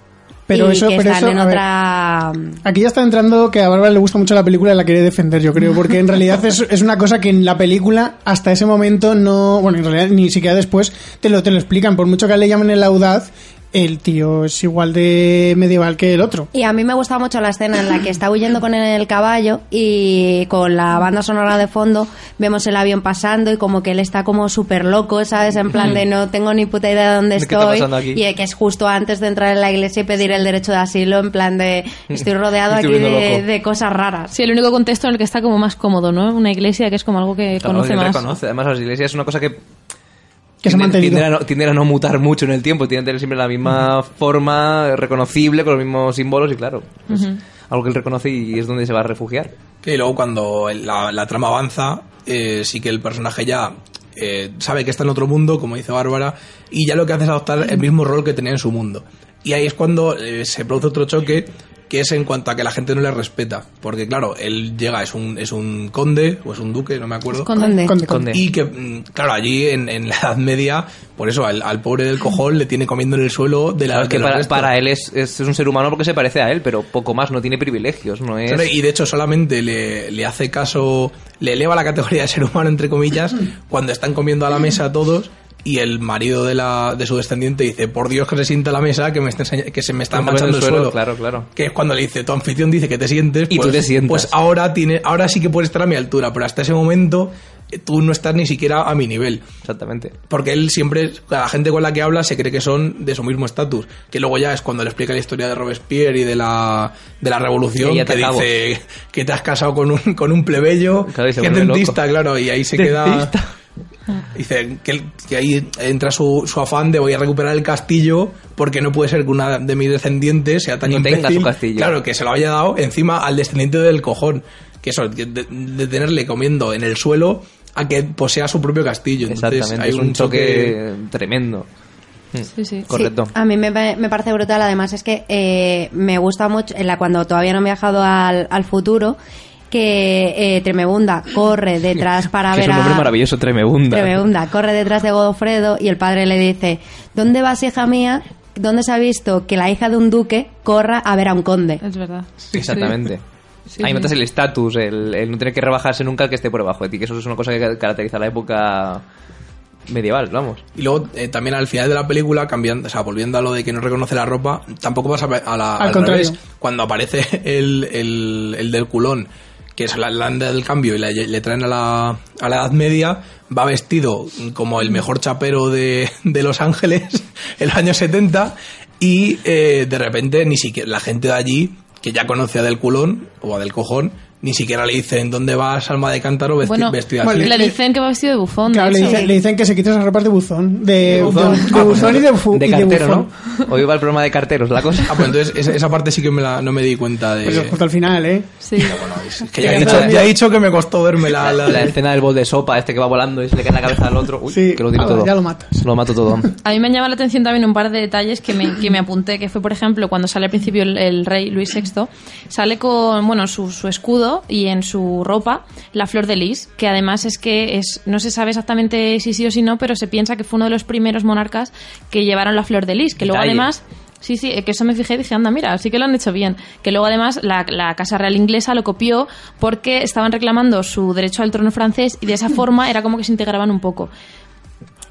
Pero
y
eso-
que
pero
están
eso,
en
a ver.
otra...
Aquí ya está entrando que a Bárbara le gusta mucho la película y la quiere defender, yo creo, porque en realidad es, es una cosa que en la película hasta ese momento no, bueno, en realidad ni siquiera después te lo, te lo explican, por mucho que le llamen el audaz, el tío es igual de medieval que el otro.
Y a mí me gusta mucho la escena en la que está huyendo con el caballo y con la banda sonora de fondo vemos el avión pasando y como que él está como súper loco, ¿sabes? En plan de no tengo ni puta idea de dónde
¿De qué está
estoy.
pasando aquí?
Y de que es justo antes de entrar en la iglesia y pedir el derecho de asilo, en plan de estoy rodeado
Me estoy
aquí
volviendo
de,
loco.
de cosas raras.
Sí, el único contexto en el que está como más cómodo, ¿no? Una iglesia que es como algo que
Claro,
conoce
él
más.
reconoce. Además las iglesias es una cosa que...
Que se ha
tienden-
mantenido.
tienden a, no, tienden a no mutar mucho en el tiempo, tienden a tener siempre la misma forma reconocible, con los mismos símbolos y claro, es algo que él reconoce y es donde se va a refugiar.
Que luego cuando la, la trama avanza, eh, sí que el personaje ya eh, sabe que está en otro mundo, como dice Bárbara, y ya lo que hace es adoptar el mismo rol que tenía en su mundo. Y ahí es cuando eh, se produce otro choque, que es en cuanto a que la gente no le respeta. Porque claro, él llega, es un, es un conde o es un duque, no me acuerdo.
Conde.
¿Dónde?
Conde,
Conde.
Y que, mm, claro, allí en, en la Edad Media, por eso al, al pobre del cojón le tiene comiendo en el suelo de la
Claro, es que
de los
para,
restos.
para él es, es un ser humano porque se parece a él, pero poco más, no tiene privilegios, no es...
Claro, Y de hecho solamente le, le hace caso, le eleva la categoría de ser humano, entre comillas, cuando están comiendo a la mesa todos y el marido de, la, de su descendiente dice, por Dios que se sienta a la mesa, que, me está enseña- que se me está
Está
manchando el
manchando
suelo.
el suelo, claro, claro.
Que es cuando le dice, tu anfitrión dice que te sientes.
Y tú te sientas.
Pues ahora, tiene, ahora sí que puedes estar a mi altura, pero hasta ese momento eh, tú no estás ni siquiera a mi nivel.
Exactamente.
Porque él siempre, la gente con la que habla se cree que son de su mismo estatus. Que luego ya es cuando le explica la historia de Robespierre y de la, de la revolución,
Y ya
que
te acabo.
dice que te has casado con un, con un plebeyo,
Claro, y se
que es
vuelve
dentista,
loco.
claro, y ahí se
Dentista.
queda. Dice que, él- que ahí entra su, su afán de voy a recuperar el castillo porque no puede ser que una de mis descendientes sea tan
No tenga
imbécil.
su castillo.
Claro, que se lo haya dado encima al descendiente del cojón. Que eso, que de, de tenerle comiendo en el suelo a que posea su propio castillo. Entonces,
Exactamente,
hay Mm.
es un choque tremendo.
Sí, sí.
Correcto.
Sí, a mí me, me parece brutal. Además, es que eh, me gusta mucho, en la, cuando todavía no he viajado al, al futuro, que eh, Tremebunda corre detrás para
Que
ver
es un nombre
a.
maravilloso, Tremebunda.
Tremebunda corre detrás de Godofredo y el padre le dice: ¿Dónde vas, hija mía? ¿Dónde se ha visto que la hija de un duque corra a ver a un conde?
Es verdad.
Exactamente.
Sí,
Ahí
sí.
notas el estatus, el, el no tener que rebajarse nunca al que esté por debajo de ti, que eso es una cosa que ca- caracteriza la época medieval, vamos.
Y luego eh, también al final de la película, cambiando, o sea, volviendo a lo de que no reconoce la ropa, tampoco pasa a la,
Al contrario.
revés. Cuando aparece el, el, el del culón, que es la la anda del cambio y la- le, traen a la, a la Edad Media, va vestido como el mejor chapero de, de Los Ángeles en los años 70 y eh, de repente ni siquiera la gente de allí que ya conoce a del culón o a del cojón ni siquiera le dicen dónde vas, alma de cántaro, vesti-
Bueno,
vestida
Vale.
así.
le dicen que va vestido de bufón.
Claro,
de
le,
hecho.
dice- le dicen que se quite esas ropas de buzón. De, de- de buzón,
Ah, pues,
y de, fu-
de
y de
cartero,
bufón.
¿no? Hoy va el programa de carteros, la cosa.
Ah, pues entonces esa, esa parte sí que me la, no me di cuenta de...
Pues es justo al final, ¿eh?
Sí.
que ya he, dicho, ya he dicho que me costó verme la... la-
La escena del bol de sopa, este que va volando y se le cae en la cabeza al otro. Uy,
Sí,
que lo tiro
ah,
todo.
ya lo matas.
Lo mato todo.
A mí me han llamado la atención también un par de detalles que me, que me apunté, que fue, por ejemplo, cuando sale al principio el, el rey Luis VI, sale con, bueno, su, su escudo y en su ropa la flor de lis, que además es que es, no se sabe exactamente si sí o si no, pero se piensa que fue uno de los primeros monarcas que llevaron la flor de lis, que luego
Detalle.
además... Sí, sí, que eso me fijé y dije, anda, mira, sí que lo han hecho bien. Que luego además la, la Casa Real Inglesa lo copió porque estaban reclamando su derecho al trono francés y de esa forma era como que se integraban un poco.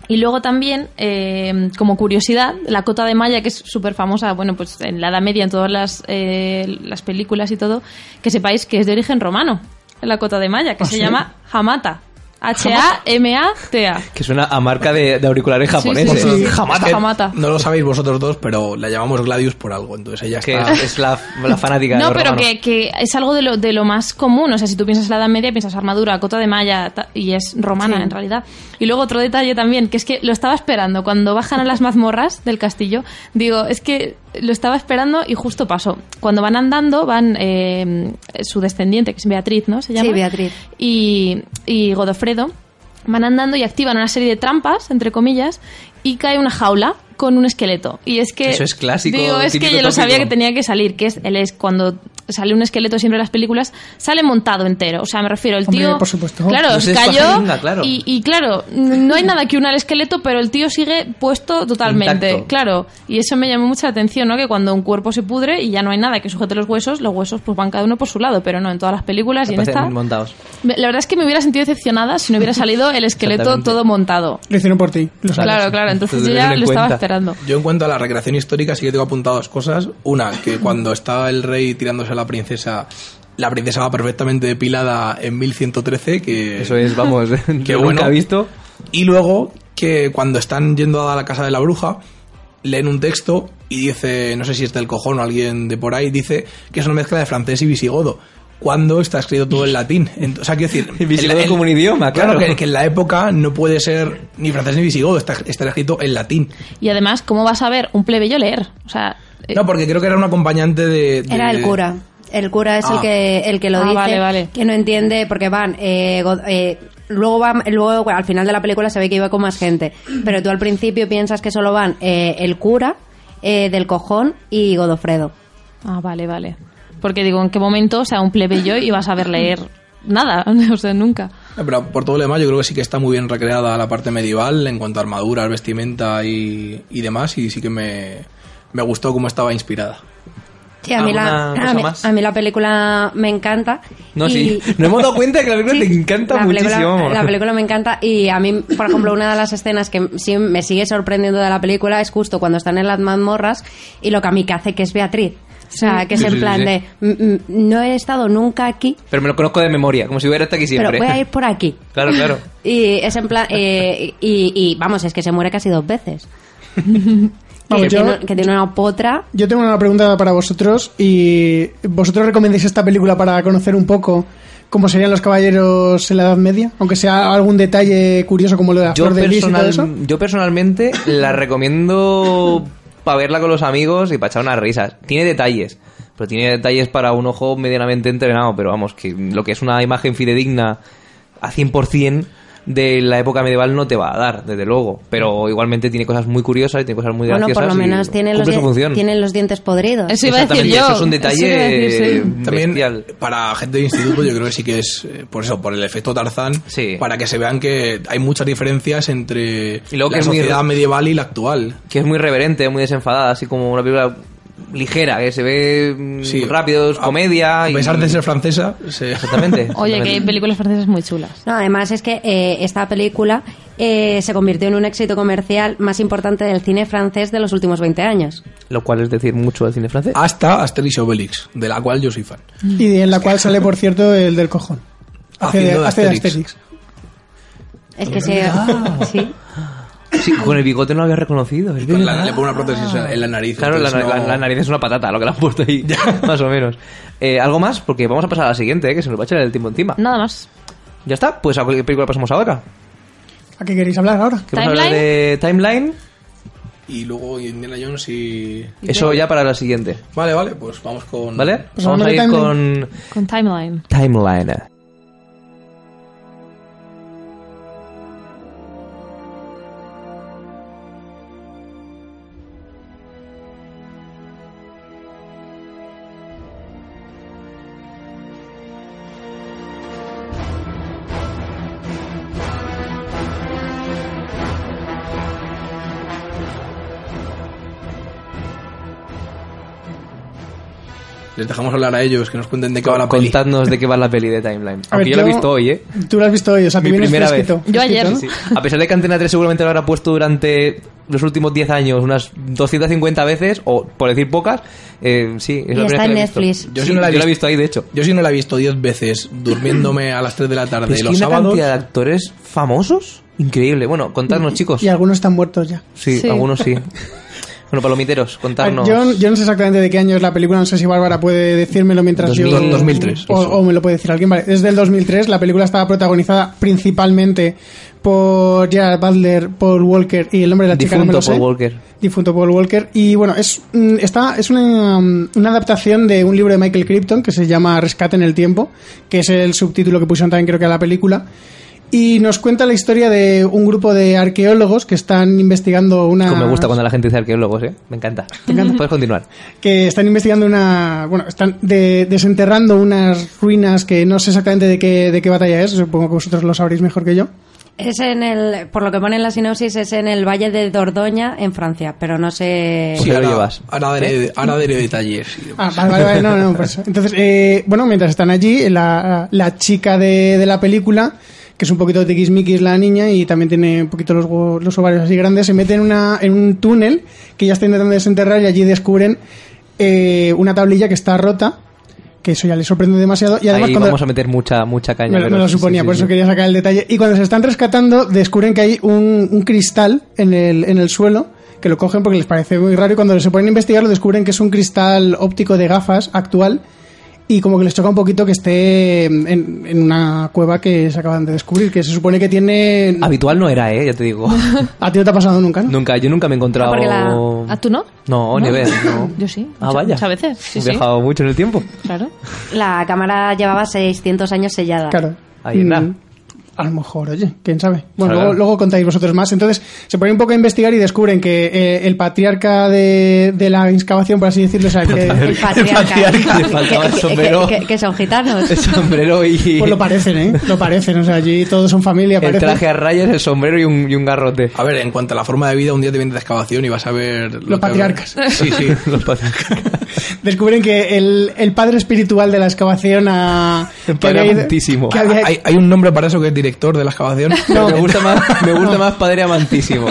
Y luego también, eh, como curiosidad, la cota de malla, que es súper famosa, bueno, pues en la Edad Media, en todas las, eh, las películas y todo, que sepáis que es de origen romano, la cota de malla, que se llama Hamata. H-A-M-A-T-A.
Que suena a marca de, de auriculares japoneses.
sí, sí.
Jamás.
Hamata, Hamata.
No lo sabéis vosotros dos, pero la llamamos Gladius por algo, entonces ella
Que
está...
es, es la, la fanática de
No,
los
pero
romanos.
que, que es algo de lo, de lo más común. O sea, si tú piensas en la Edad Media, piensas armadura, cota de malla, ta- y es romana en realidad. Y luego otro detalle también, que es que lo estaba esperando. Cuando bajan a las mazmorras del castillo, digo, es que lo estaba esperando y justo pasó. Cuando van andando, van eh, su descendiente, que es Beatriz, ¿no? Se llama.
Sí, Beatriz.
Y, y Godofredo van andando y activan una serie de trampas, entre comillas, y cae una jaula con un esqueleto. Y es que...
Eso es clásico,
Digo, es que
típico
yo lo sabía
tópico.
que tenía tenía que salir, que es él es cuando sale un esqueleto siempre en las películas, sale montado entero. O sea, me refiero, el
Hombre,
tío.
por supuesto.
Claro,
Pues es
cayó.
pajaringa, claro.
Y, y claro, no hay nada que una al esqueleto, pero el tío sigue puesto totalmente.
Intacto.
Claro. Y eso me llamó mucha atención, ¿no? Que cuando un cuerpo se pudre y ya no hay nada que sujete los huesos, los huesos pues van cada uno por su lado, pero no en todas las películas y en
Parecen
esta.
montados.
Me- La verdad es que me hubiera sentido decepcionada si no hubiera salido el esqueleto
Exactamente.
todo montado.
Lo hicieron por ti, lo sabes.
Claro, claro. Entonces
Te
yo ya
tuvieron en
lo estaba
cuenta.
esperando.
Yo en cuanto a la recreación histórica sí que tengo apuntado dos cosas. Una, que cuando está el rey tirándose a la princesa, la princesa va perfectamente depilada en 1113, que...
Eso es, vamos, que
Eh, bueno.
nunca he visto.
Y luego, que cuando están yendo a la casa de la bruja, leen un texto y dice, no sé si es del cojón o alguien de por ahí, dice que es una mezcla de francés y visigodo. Cuando está escrito todo en latín. Ent- o sea, quiero decir.
Y visigodo
en la-
como un idioma, claro.
que, que en la época no puede ser ni francés ni visigodo, está, está escrito en latín.
Y además, ¿cómo vas a ver un plebeyo leer? O sea. eh,
No, porque creo que era un acompañante de. de-
Era el cura. El cura es
Ah.
el que el que lo
Ah,
dice,
vale, vale.
que no entiende porque van. eh, go- eh, luego van, luego al final de la película se ve que iba con más gente, pero tú al principio piensas que solo van eh, el cura eh, del cojón y Godofredo.
Ah, vale, vale. Porque digo, ¿en qué momento, o sea, un plebeyo iba a saber leer nada? o sea, nunca.
No, Ah, Pero por todo lo demás, yo creo que sí que está muy bien recreada la parte medieval en cuanto a armaduras, vestimenta y, y demás. Y sí que me, me gustó cómo estaba inspirada.
Sí, a mí, la,
¿Alguna cosa
a, mí,
más?
a mí la película me encanta.
No,
y-
sí. No hemos dado cuenta que la película te encanta
la película-
muchísimo.
la película me encanta y a mí, por ejemplo, una de las escenas que sí me sigue sorprendiendo de la película es justo cuando están en las mazmorras y lo que a mí que hace que es Beatriz. O sea, que es
Sí, sí,
en
sí,
plan
sí.
de, "Mm, mm, no he estado nunca aquí,
Pero me lo conozco de memoria, como si hubiera estado aquí
pero
siempre.
voy a ir por aquí.
Claro, claro.
Y es en plan, eh, y, y, vamos, es que se muere casi dos veces.
Vamos,
que,
yo-
tiene, que tiene una potra.
Yo tengo una pregunta para vosotros y vosotros recomendáis esta película para conocer un poco cómo serían los caballeros en la Edad Media, aunque sea algún detalle curioso como lo de la
Yo,
flor de lis y todo
personal-
eso.
yo personalmente la recomiendo para verla con los amigos y para echar unas risas. Tiene detalles, pero tiene detalles para un ojo medianamente entrenado, pero vamos, que lo que es una imagen fidedigna a 100% de la época medieval no te va a dar, desde luego, pero igualmente tiene cosas muy curiosas y tiene cosas muy
Bueno,
graciosas.
por lo
y
menos tiene los,
cumple su
dien-
función.
tienen los dientes podridos.
Eso iba a decir
Exactamente,
yo.
eso es un
Eso iba a
detalle
decir, sí.
También
bestial.
para gente de instituto yo creo que sí que es eh, por eso, por el efecto Tarzán,
Sí.
para que se vean que hay muchas diferencias entre
Y luego
la
que es muy-
sociedad medieval y la actual.
que es muy reverente, muy desenfadada, así como una película ligera, que se ve mm,
Sí.
rápido, es
A-
comedia.
A
y-
pesar de ser francesa, se-
Exactamente.
Oye, que hay
exactamente.
películas francesas muy chulas.
No, además es que eh, esta película eh, se convirtió en un éxito comercial más importante del cine francés de los últimos 20 años.
Lo cual es decir mucho del cine francés.
hasta Asterix y Obelix, de la cual yo soy fan.
Y en la cual sale, por cierto, el del cojón. Hace de,
Haciendo de
hace de
Asterix.
Oh,
Asterix.
Es que se... Sí.
Sí, con el bigote no lo había reconocido. es
Con la-
verdad.
le pone una prótesis en la nariz.
Claro, la,
entonces
la-
no-
la nariz es una patata, lo que le han puesto ahí, más o menos. Eh, ¿Algo más? Porque vamos a pasar a la siguiente, eh, que se nos va a echar el tiempo encima.
Nada más.
Ya está, pues ¿a qué película pasamos ahora?
¿A qué queréis hablar ahora?
¿Qué vamos a hablar
¿Timeline?
de Timeline?
Y luego Indiana Jones y...
Eso ya para la siguente,
Vale, vale, pues vamos con...
¿vale?
Pues
vamos
hablando
a
de
ir
timeline.
con
Con timeline.
Timeline.
Les dejamos hablar a ellos, que nos cuenten de qué va la peli.
Contadnos de qué va la peli de Timeline.
A ver,
Aunque yo la he visto hoy, ¿eh?
Tú lo has visto hoy, o sea,
Mi
tú vienes
primera vez.
fresquito.
Yo ayer.
fresquito, ¿no?
Sí. A pesar de que Antena 3 seguramente lo habrá puesto durante los últimos 10 años unas 250 veces, o por decir pocas, eh, sí. Es
Y
la primera
está
que
en
la he visto.
Netflix.
Yo, sí, no la he visto. ahí, de hecho.
Yo sí no la he visto 10 veces durmiéndome a las 3 de la tarde
Es que
los
Pues una
sábados.
cantidad de actores famosos increíble. Bueno, contadnos, chicos.
Y algunos están muertos ya.
Sí,
Sí.
algunos sí. bueno, palomiteros,
A ver,
contadnos.
Yo, yo no sé exactamente de qué año es la película, no sé si Bárbara puede decírmelo mientras
2000,
yo...
2003,
O,
eso.
o me lo puede decir alguien. Vale, desde el 2003 la película estaba protagonizada principalmente por Gerard Butler, Paul Walker y el nombre de la chica no me
Difunto
lo
Paul
sé.
Walker.
difunto Paul Walker. Y bueno, es, mm, está, es una, mm, una adaptación de un libro de Michael Crichton que se llama Rescate en el tiempo, que es el subtítulo que pusieron también creo que a la película. Y nos cuenta la historia de un grupo de arqueólogos que están investigando una...
Como me gusta cuando la gente dice arqueólogos, ¿eh? Me encanta. Puedes continuar.
que están investigando una. Bueno, están de- desenterrando unas ruinas que no sé exactamente de qué, de qué batalla es, supongo que vosotros lo sabréis mejor que yo.
Es en el, por lo que pone en la sinopsis, es en el Valle de Dordoña, en Francia, pero no sé...
Pues ahí lo llevas.
ahora daré, ahora daré detalles.
Ah, vale, vale, vale, no, no, por eso. Entonces, eh, bueno, mientras están allí, la, la chica de, de la película, que es un poquito tiquismiquis la niña y también tiene un poquito los, huevos- los ovarios así grandes, se mete en, una, en un túnel que ya está intentando desenterrar y allí descubren eh, una tablilla que está rota, que eso ya les sorprende demasiado. Y además
ahí
cuando-
vamos a meter mucha, mucha caña.
Me lo,
pero
me lo
sí, sí,
suponía,
sí,
por
sí.
eso quería sacar el detalle. Y cuando se están rescatando, descubren que hay un, un cristal en el, en el suelo, que lo cogen porque les parece muy raro. Y cuando se ponen a investigarlo, descubren que es un cristal óptico de gafas actual. Y como que les choca un poquito que esté en, en una cueva que se acaban de descubrir, que se supone que tiene.
Habitual no era, ¿eh? Ya te digo.
A ti no te ha pasado nunca, ¿no?
nunca, yo nunca me he encontrado...
porque la-
Ah, ¿A tú no?
No, ni ver, no.
Yo sí.
Ah,
muchas-
vaya.
Muchas veces. Sí,
he
sí.
viajado mucho en el tiempo.
Claro.
La cámara llevaba 600 años sellada.
Claro.
Ahí está.
Mm, A lo mejor, oye, quién sabe. Bueno,
Claro.
luego, luego contáis vosotros más. Entonces, se ponen un poco a investigar y descubren que eh, el patriarca de, de la excavación, por así decirlo, o sea, que-
El patriarca.
patriarca, le faltaba el
Que- que-
sombrero.
que- que- que son gitanos.
El sombrero y...
Pues lo parecen, ¿eh? Lo parecen, o sea, allí todos son familia,
el
parecen.
traje a rayas, el sombrero y un, y un garrote.
A ver, en cuanto a la forma de vida, un día te vienes de excavación y vas a ver... lo
Los
que-
patriarcas.
Sí, sí.
Los patriarcas.
Descubren que el, el padre espiritual de la excavación a...
El
que
padre
había ido-
amantísimo.
que había-
¿Hay, hay un nombre para eso que es director de la excavación.
me gusta más, me gusta más padre amantísimo.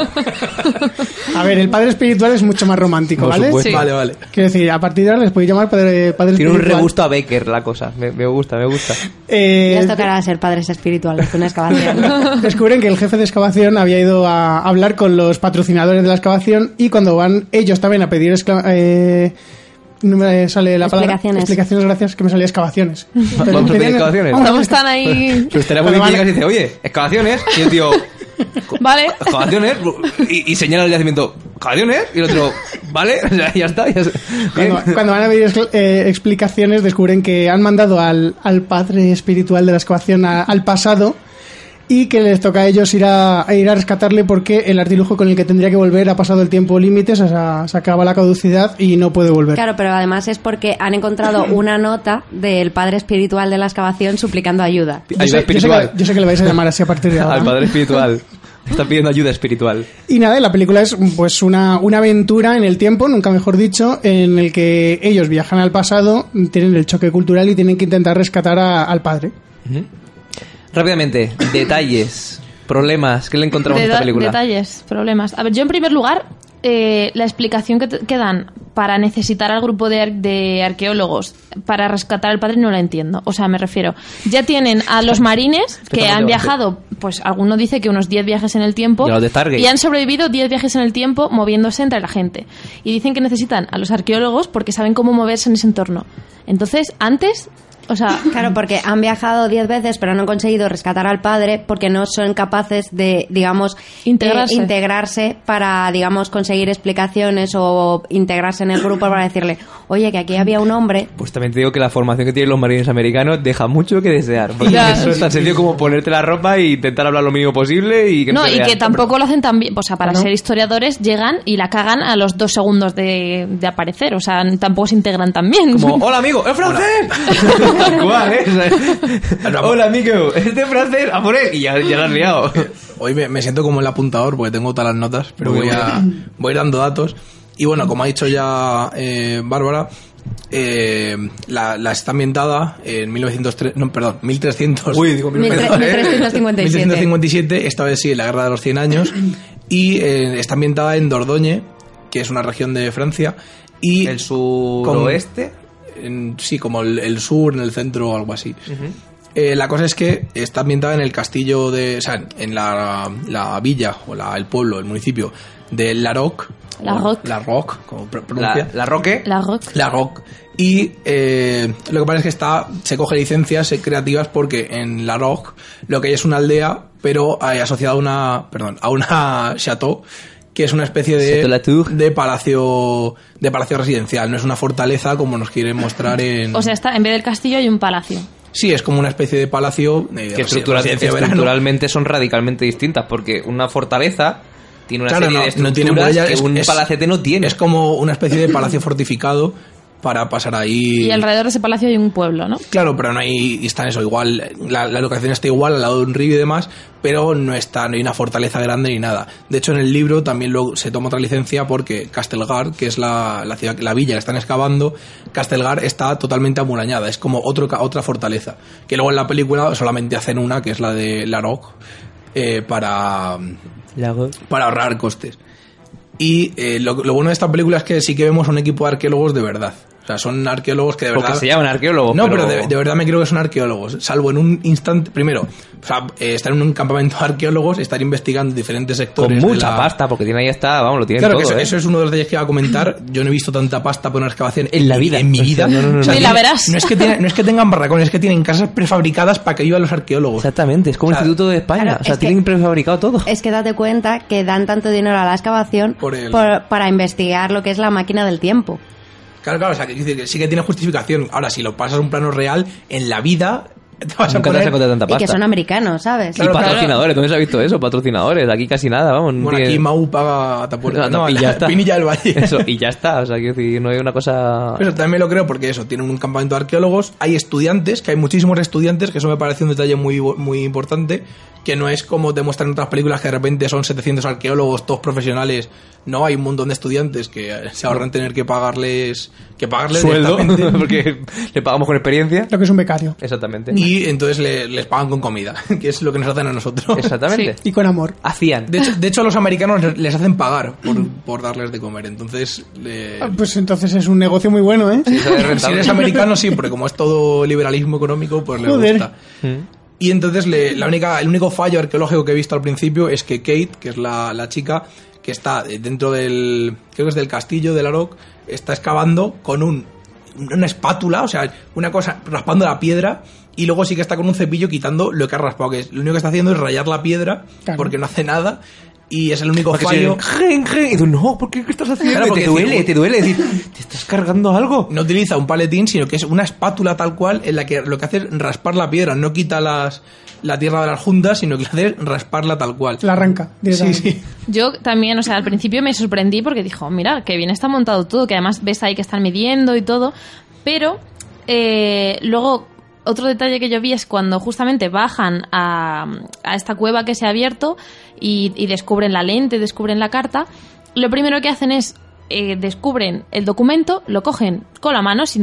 A ver, el padre espiritual es mucho más romántico,
Por
¿vale?
supuesto.
Vale, vale.
Quiero decir, a partir de ahora les podéis llamar padre, padre
Tiene un
espiritual.
regusto a Baker la cosa. Me, me gusta, me gusta.
Eh,
Ya os tocará ser padres espirituales de una excavación.
Descubren que el jefe de excavación había ido a hablar con los patrocinadores de la excavación y cuando van ellos también a pedir excla- eh, no me sale la palabra
Explicaciones.
explicaciones gracias que me salía excavaciones
Vamos a pedir excavaciones.
Vamos a
¿Cómo
pedir-
están ahí?
Pero estaría muy bien que
Cuando van-
llegas y dices, oye, excavaciones. Y el tío,
Vale.
excavaciones. Y, y señala el yacimiento, excavaciones. Y el otro, vale, o sea, ya está. Ya se-
Cuando,
Bien.
cuando van a pedir escl- eh, explicaciones, descubren que han mandado al, al padre espiritual de la excavación a- al pasado y que les toca a ellos ir a, a ir a rescatarle porque el artilujo con el que tendría que volver ha pasado el tiempo límite, se, se acaba la caducidad y no puede volver.
Claro, pero además es porque han encontrado una nota del padre espiritual de la excavación suplicando ayuda.
Yo
Ayuda
sé, yo sé que,
espiritual.
yo sé que le vais a llamar así a partir de ahora.
Al padre espiritual. Está pidiendo ayuda espiritual.
Y nada, la película es pues una, una aventura en el tiempo, nunca mejor dicho, en el que ellos viajan al pasado, tienen el choque cultural y tienen que intentar rescatar a- al padre.
Rápidamente, detalles, problemas. ¿Qué le encontramos a esta
Deta-
película?
Detalles, problemas. A ver, yo en primer lugar eh, la explicación que, te- que dan para necesitar al grupo de, ar- de arqueólogos para rescatar al padre no la entiendo. O sea, me refiero. Ya tienen a los marines que
Totalmente.
han viajado, pues alguno dice que unos 10 viajes en el tiempo.
Y a los de Stargate.
y han sobrevivido 10 viajes en el tiempo moviéndose entre la gente. Y dicen que necesitan a los arqueólogos porque saben cómo moverse en ese entorno. Entonces, antes, o sea,
Claro, porque han viajado 10 veces, pero no han conseguido rescatar al padre porque no son capaces de, digamos, eh,
Integrarse.
integrarse para, digamos, conseguir explicaciones o integrarse en el grupo para decirle, oye, que aquí había un hombre.
Pues también te digo que la formación que tienen los marines americanos deja mucho que desear. Porque
Ya.
eso es tan sencillo como ponerte la ropa e intentar hablar lo mínimo posible y que no,
No,
te
y
vean.
que tampoco lo hacen tan bien. O sea, para ser historiadores llegan y la cagan a los dos segundos de, de aparecer. O sea, n- tampoco se integran tan bien.
Como, hola amigo, ¡es francés! Tal cual, ¿eh? O sea, hola amigo, ¡es de francés! ¡A por él! Y ya, ya lo has liado.
Hoy me, me siento como el apuntador porque tengo todas las notas, pero
Muy
voy a, voy a ir dando datos. Y bueno, como ha dicho ya eh, Bárbara, eh, la, la está ambientada en 1903, no, perdón, 1300.
Uy, digo, ¿eh?
mil tre-
perdón,
mil trescientos cincuenta y siete.
1357, esta vez sí, en la Guerra de los 100 Años. Y eh, está ambientada en Dordogne, que es una región de Francia. Y
¿El suroeste?
en- sí, como el, el sur, en el centro o algo así. Eh, la cosa es que está ambientada en el castillo de. O sea, en la, la villa o la- el pueblo, el municipio de La Roque.
La
o
Roque.
La Roque, como pro- pronuncia.
La, la Roque.
La rock.
La Rock. Y eh, lo que pasa es que está, se coge licencias eh, creativas porque en La Rock lo que hay es una aldea, pero hay asociada a una, perdón, a una chateau, que es una especie
Chateau
de,
Latour.
de palacio de palacio residencial, no es una fortaleza como nos quieren mostrar en...
O sea, está, en vez del castillo hay un palacio.
sí, es como una especie de palacio... eh,
que
resi-
estructural-
residencia de verano.
estructuralmente son radicalmente distintas porque una fortaleza tiene una
Claro,
serie de
no, no
estructuras
tiene muralla,
que
es-
un
es-
palacete no tiene.
Es como una especie de palacio fortificado para pasar ahí...
Y alrededor de ese palacio hay un pueblo, ¿no?
Claro, pero no hay. y Están eso, igual. La, la locación está igual al lado de un río y demás, pero no está, no hay una fortaleza grande ni nada. De hecho, en el libro también lo- se toma otra licencia porque Castelgar, que es la, la ciudad, la villa que están excavando, Castelgar está totalmente amurañada. Es como otro, ca- otra fortaleza. Que luego en la película solamente hacen una, que es la de Laroc, eh, para para ahorrar costes. Y eh, lo, lo bueno de esta película es que sí que vemos un equipo de arqueólogos de verdad. O sea, son arqueólogos que de
O que
verdad...
se llaman arqueólogos,
No,
pero-
pero, de, de verdad me creo que son arqueólogos. Salvo en un instante... Primero, o sea, eh, estar en un campamento de arqueólogos, estar investigando diferentes
Con
sectores... de
mucha
pues, la-
pasta, porque tiene ahí está, vamos, lo tiene
Claro, que
todo.
eso,
¿eh?
eso es uno de los detalles que iba a comentar. Yo no he visto tanta pasta por una excavación
En la vida.
En mi
O sea,
vida.
no, no, no,
no. Ni la
tiene-
verás.
No es, que tiene- no es que tengan barracones, es que tienen casas prefabricadas para que vivan los arqueólogos.
Exactamente, es como el
O sea,
Instituto de España.
claro,
o sea,
es que-
tienen prefabricado todo.
Es que date cuenta que dan tanto dinero a la excavación
Por el-
para investigar lo que es la máquina del tiempo.
Claro, claro, o sea, que, quiero decir que sí que tiene justificación. Ahora, si lo pasas a un plano real, en la vida te vas
Nunca
a
te has
poner...
encontrado tanta
Y
pasta.
que son americanos, ¿sabes?
y patrocinadores, ¿dónde se ha visto eso? Patrocinadores, aquí casi nada, vamos. no
Bueno,
tiene-
aquí Mau paga a Tapuerca,
No, no,
¿no?
y
A
ya
la
está.
Pinilla del Valle.
Eso, y ya está, o sea, quiero decir, no hay una cosa...
Pero también lo creo porque eso, tienen un campamento de arqueólogos, hay estudiantes, que hay muchísimos estudiantes, que eso me parece un detalle muy, muy importante, que no es como te muestran en otras películas que de repente son 700 arqueólogos, todos profesionales, no, hay un montón de estudiantes que se ahorran tener que pagarles, que pagarles
Sueldo,
directamente.
porque le pagamos con experiencia.
Lo que es un becario.
Exactamente.
y entonces le- les pagan con comida, que es lo que nos hacen a nosotros.
Exactamente.
Y con amor.
Hacían.
De hecho, de hecho, a los americanos les hacen pagar por, por darles de comer. Entonces, eh,
Ah, Pues entonces es un negocio muy bueno, ¿eh?
Eso es
si
rentable.
eres americano, sí, porque como es todo liberalismo económico, pues le
Joder.
gusta. Y entonces, le- la única, el único fallo arqueológico que he visto al principio es que Kate, que es la, la chica que está eh, dentro del. Creo que es del castillo de Laroc, está excavando con un, una espátula, o sea, una cosa, raspando la piedra. Y luego sí que está con un cepillo quitando lo que ha raspado. Que es- lo único que está haciendo es rayar la piedra,
Claro.
porque no hace nada. Y es el único
Porque
fallo.
se- gen, gen. Y tú, no, ¿por qué, ¿Qué estás haciendo?
Claro,
Y
porque
te duele,
decir-
te duele. decir, ¿te estás cargando algo?
no utiliza un paletín, sino que es una espátula tal cual en la que lo que hace es raspar la piedra, no quita las, la tierra de las juntas, sino que hace es rasparla tal cual.
La arranca.
sí,
directamente.
sí.
Yo también, o sea, al principio me sorprendí porque dijo, mira, que bien está montado todo, que además ves ahí que están midiendo y todo, pero eh, luego otro detalle que yo vi es cuando justamente bajan a, a esta cueva que se ha abierto y, y descubren la lente, descubren la carta, lo primero que hacen es eh, descubren el documento, lo cogen con la mano sin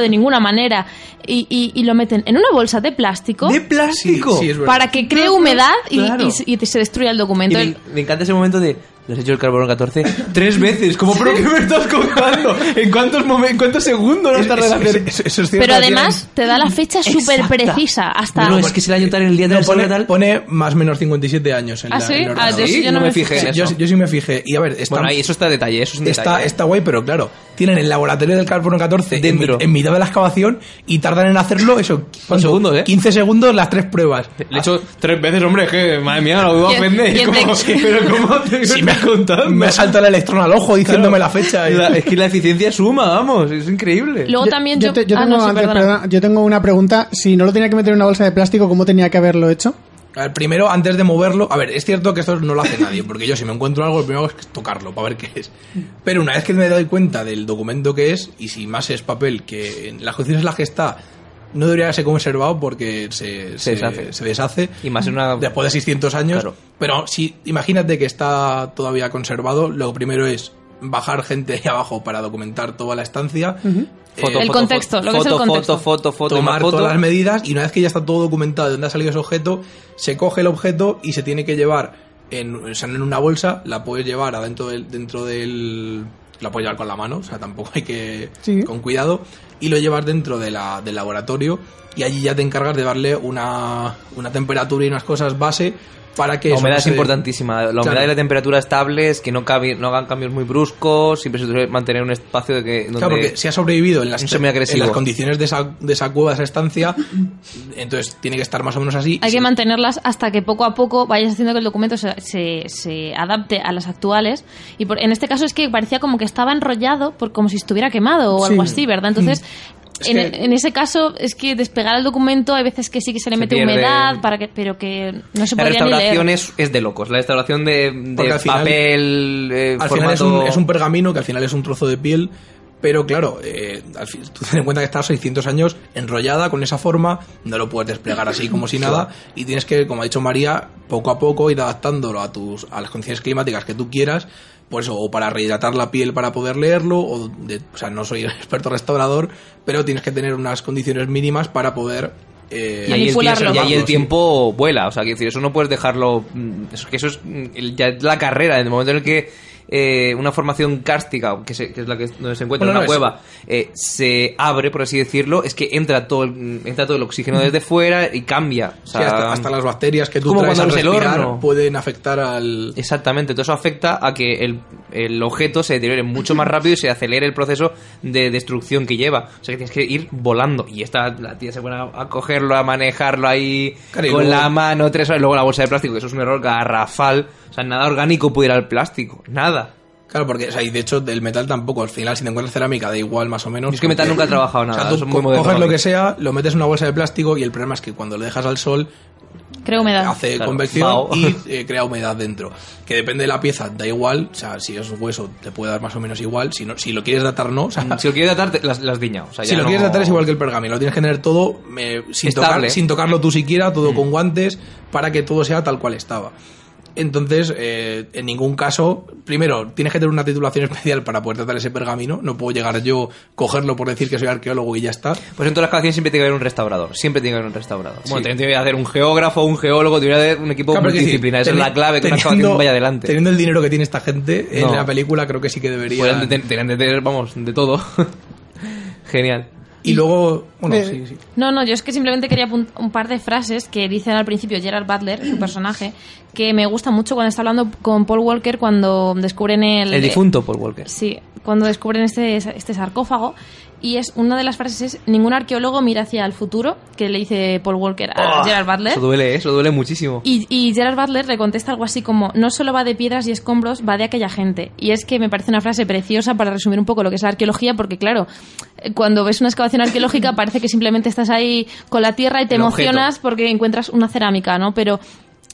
de ninguna manera y, y- y lo meten en una bolsa de plástico.
¿De plástico?
Sí, sí, es verdad.
para que cree humedad y,
Claro.
y se- y se destruya el
Y
documento.
me, me encanta ese momento de ¿Le has hecho el carbono 14? ¡Tres veces! ¿Cómo? ¿Pero qué me estás contando? ¿En cuántos, momen- en cuántos segundos lo has tardado en hacer?
Pero además te da la fecha súper precisa. Hasta. Ah,
No, no, es que si el año tal, el día tal,
No,
el día
pone,
tal...
pone más o menos 57 años en
¿Ah,
la-
sí?
en el
Ah,
ordenador.
yo sí, yo no me
fijé en
Sí, yo,
eso.
sí- yo sí me fijé. Y a ver, está,
Bueno, ahí eso está detalle, eso es un
está,
detalle.
está guay, pero claro, tienen el laboratorio del carbono 14 en
Dentro.
mi- En, mitad de la excavación y tardan en hacerlo eso. ¿cuánto?
segundos, ¿eh?
15 segundos las tres pruebas.
Le he hecho tres veces, hombre, que madre mía, lo voy
Y
a
el-
ofender.
y el
¿Cómo?
de-
Pero ¿cómo te
Si
me has contado?
Ah. Me ha saltado el electrón al ojo diciéndome la fecha. y-
La- es que la eficiencia suma, vamos, es increíble.
Luego también yo.
Yo, te- yo
ah,
tengo
no, sí,
antes,
perdona.
perdona, yo tengo una pregunta. Si no lo tenía que meter en una bolsa de plástico, ¿cómo tenía que haberlo hecho?
A ver, primero, antes de moverlo, a ver, es cierto que esto no lo hace nadie, porque yo si me encuentro algo, lo primero que hago es tocarlo para ver qué es. Pero una vez que me doy cuenta del documento que es, y si más es papel, que en las condiciones en las que está, no debería ser conservado porque se, se-
deshace.
se deshace
Y más en una...
después de 600 años.
Claro.
Pero si imagínate que está todavía conservado, lo primero es bajar gente ahí abajo para documentar toda la estancia. eh,
Foto,
El
foto,
contexto,
foto,
lo que es el
foto,
contexto.
Foto, foto, foto,
tomar
más foto.
todas las medidas y una vez que ya está todo documentado de dónde ha salido ese objeto, se coge el objeto y se tiene que llevar en, o sea, en una bolsa, la puedes llevar adentro del, dentro del la puedes llevar con la mano, o sea, tampoco hay que
Sí.
con cuidado y lo llevas dentro de la, del laboratorio y allí ya te encargas de darle una, una temperatura y unas cosas base para que
La
eso
humedad
no
es
se-
importantísima. La humedad
Claro.
y la temperatura estables, que no, cabe- no hagan cambios muy bruscos, siempre se debe mantener un espacio de que, donde...
Claro, porque si ha sobrevivido en las,
No soy muy agresivo.
en las condiciones de esa, de esa cueva, esa estancia, entonces tiene que estar más o menos así.
Hay
Sí.
que mantenerlas hasta que poco a poco vayas haciendo que el documento se, se- se adapte a las actuales. Y por- en este caso es que parecía como que estaba enrollado, por, como si estuviera quemado o algo
Sí.
así, ¿verdad? Entonces,
Es
en,
que-
en ese caso es que despegar el documento hay veces que sí que se le
Se
mete
pierde.
humedad, para que, pero que no se
La
podría ni
restauración
leer.
es, es de locos. La restauración de, de
Porque al final-
papel, eh,
al final es
formato...
un, es un pergamino que al final es un trozo de piel, pero claro, eh, al fin, tú ten en cuenta que estás 600 años enrollada con esa forma, no lo puedes desplegar así como si nada, y tienes que, como ha dicho María, poco a poco ir adaptándolo a, tus, a las condiciones climáticas que tú quieras, pues o para rehidratar la piel para poder leerlo, o, de- o sea, no soy experto restaurador, pero tienes que tener unas condiciones mínimas para poder... eh,
y ahí, el,
Manipularlo.
tiempo- y ahí el
sí.
tiempo vuela, o sea, quiero decir, eso no puedes dejarlo. mm, Eso, que eso es mm, el- ya es la carrera, en el momento en el que eh, una formación cárstica, que, se- que es la que donde se encuentra
Bueno,
una
no, es-
cueva, eh, se abre, por así decirlo, es que entra todo, el- mm, entra todo el oxígeno desde fuera y cambia. O
Sí,
sea,
hasta, hasta las bacterias que tú
como
traes
cuando
al
abres el
respirar
horno.
pueden afectar al,
Exactamente, todo eso afecta a que el, el objeto se deteriore mucho más rápido y se acelere el proceso de destrucción que lleva. O sea que tienes que ir volando. Y esta, la tía se pone a, a cogerlo, a manejarlo ahí
Claro, y
con
luego-
la mano, tres horas, y luego la bolsa de plástico, que eso es un error garrafal. O sea, nada orgánico pudiera al plástico, nada.
Claro, porque, o sea, y de hecho, del metal tampoco. Al final, si te encuentras cerámica, da igual más o menos.
Es que metal
porque-
nunca ha trabajado nada,
O sea, tú
eso es muy
co-
moderno
coges lo
también.
que sea, lo metes en una bolsa de plástico y el problema es que cuando lo dejas al sol,
Creo humedad.
hace
Claro,
convección
mao.
y eh, crea humedad dentro. Que depende de la pieza, da igual. O sea, si es hueso, te puede dar más o menos igual. Si, no, si lo quieres datar, no. O sea,
Si lo quieres datar, te- las, las viña. O sea,
si
ya
lo
no-
quieres datar es igual que el pergamino. Lo tienes que tener todo eh, sin,
Estable. Mm.
tocar, sin tocarlo tú siquiera, todo con guantes, para que todo sea tal cual estaba. Entonces, eh, en ningún caso, primero, tienes que tener una titulación especial para poder tratar ese pergamino. No puedo llegar yo, cogerlo por decir que soy arqueólogo y ya está.
Pues en todas las canciones siempre tiene que haber un restaurador. Siempre tiene que haber un restaurador. Bueno, también tiene que haber un geógrafo, un geólogo, tiene que haber un equipo
Claro, porque
multidisciplinar.
sí,
Esa es
teni-
la clave que una
teniendo-
excavación vaya adelante.
Teniendo el dinero que tiene esta gente en
No.
la película, creo que sí que debería.
Podrían de- tenían de tener, vamos, de todo. Genial.
Y luego, bueno,
Eh,
sí, sí.
No, no, yo es que simplemente quería apunt- un par de frases que dicen al principio Gerard Butler, su personaje, que me gusta mucho cuando está hablando con Paul Walker cuando descubren el... eh,
El difunto Paul Walker.
Sí, cuando descubren este, este sarcófago. Y es una de las frases es, ningún arqueólogo mira hacia el futuro, que le dice Paul Walker a Gerard Butler.
Ah, Eso duele, ¿eh? eso duele muchísimo.
Y, y Gerard Butler le contesta algo así como, no solo va de piedras y escombros, va de aquella gente. Y es que me parece una frase preciosa para resumir un poco lo que es la arqueología, porque claro, eh, cuando ves una excavación arqueológica parece que simplemente estás ahí con la tierra y te
El objeto.
emocionas porque encuentras una cerámica, ¿no? Pero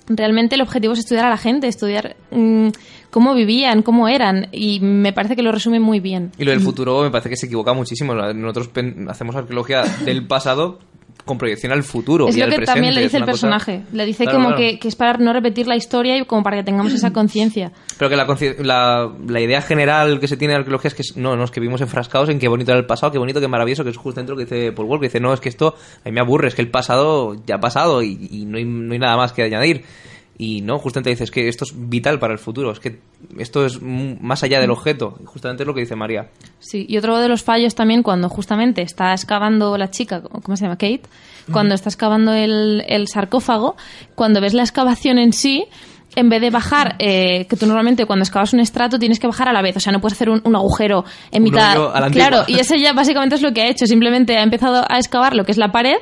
realmente el objetivo es estudiar a la gente, estudiar mm, cómo vivían, cómo eran. Y me parece que lo resume muy bien.
Y lo del futuro me parece que se equivoca muchísimo. La- Nosotros pen- hacemos arqueología del pasado con proyección al futuro.
Es
y
lo
al
que
presente.
también le
Es
dice el
una cosa-
personaje. Le dice
Claro,
como
claro.
Que, que es para no repetir la historia y como para que tengamos esa conciencia.
Pero que la, conci- la, la idea general que se tiene de arqueología es que es- no, no, es que vivimos enfrascados en qué bonito era el pasado, qué bonito, qué maravilloso, que es justo dentro lo que dice Paul Walker. Dice, no, es que esto a mí me aburre, es que el pasado ya ha pasado y, y no, hay, no hay nada más que añadir. Y no, justamente dices que esto es vital para el futuro, es que esto es m- más allá del objeto, y justamente es lo que dice María.
Sí, y otro de los fallos también cuando justamente está excavando la chica, ¿cómo se llama? Kate, cuando está excavando el, el sarcófago, cuando ves la excavación en sí, en vez de bajar, eh, que tú normalmente cuando excavas un estrato tienes que bajar a la vez, o sea, no puedes hacer un, un agujero en
Un
mitad.
hoyo a la antigua.
claro, y ese ya básicamente es lo que ha hecho, simplemente ha empezado a excavar lo que es la pared.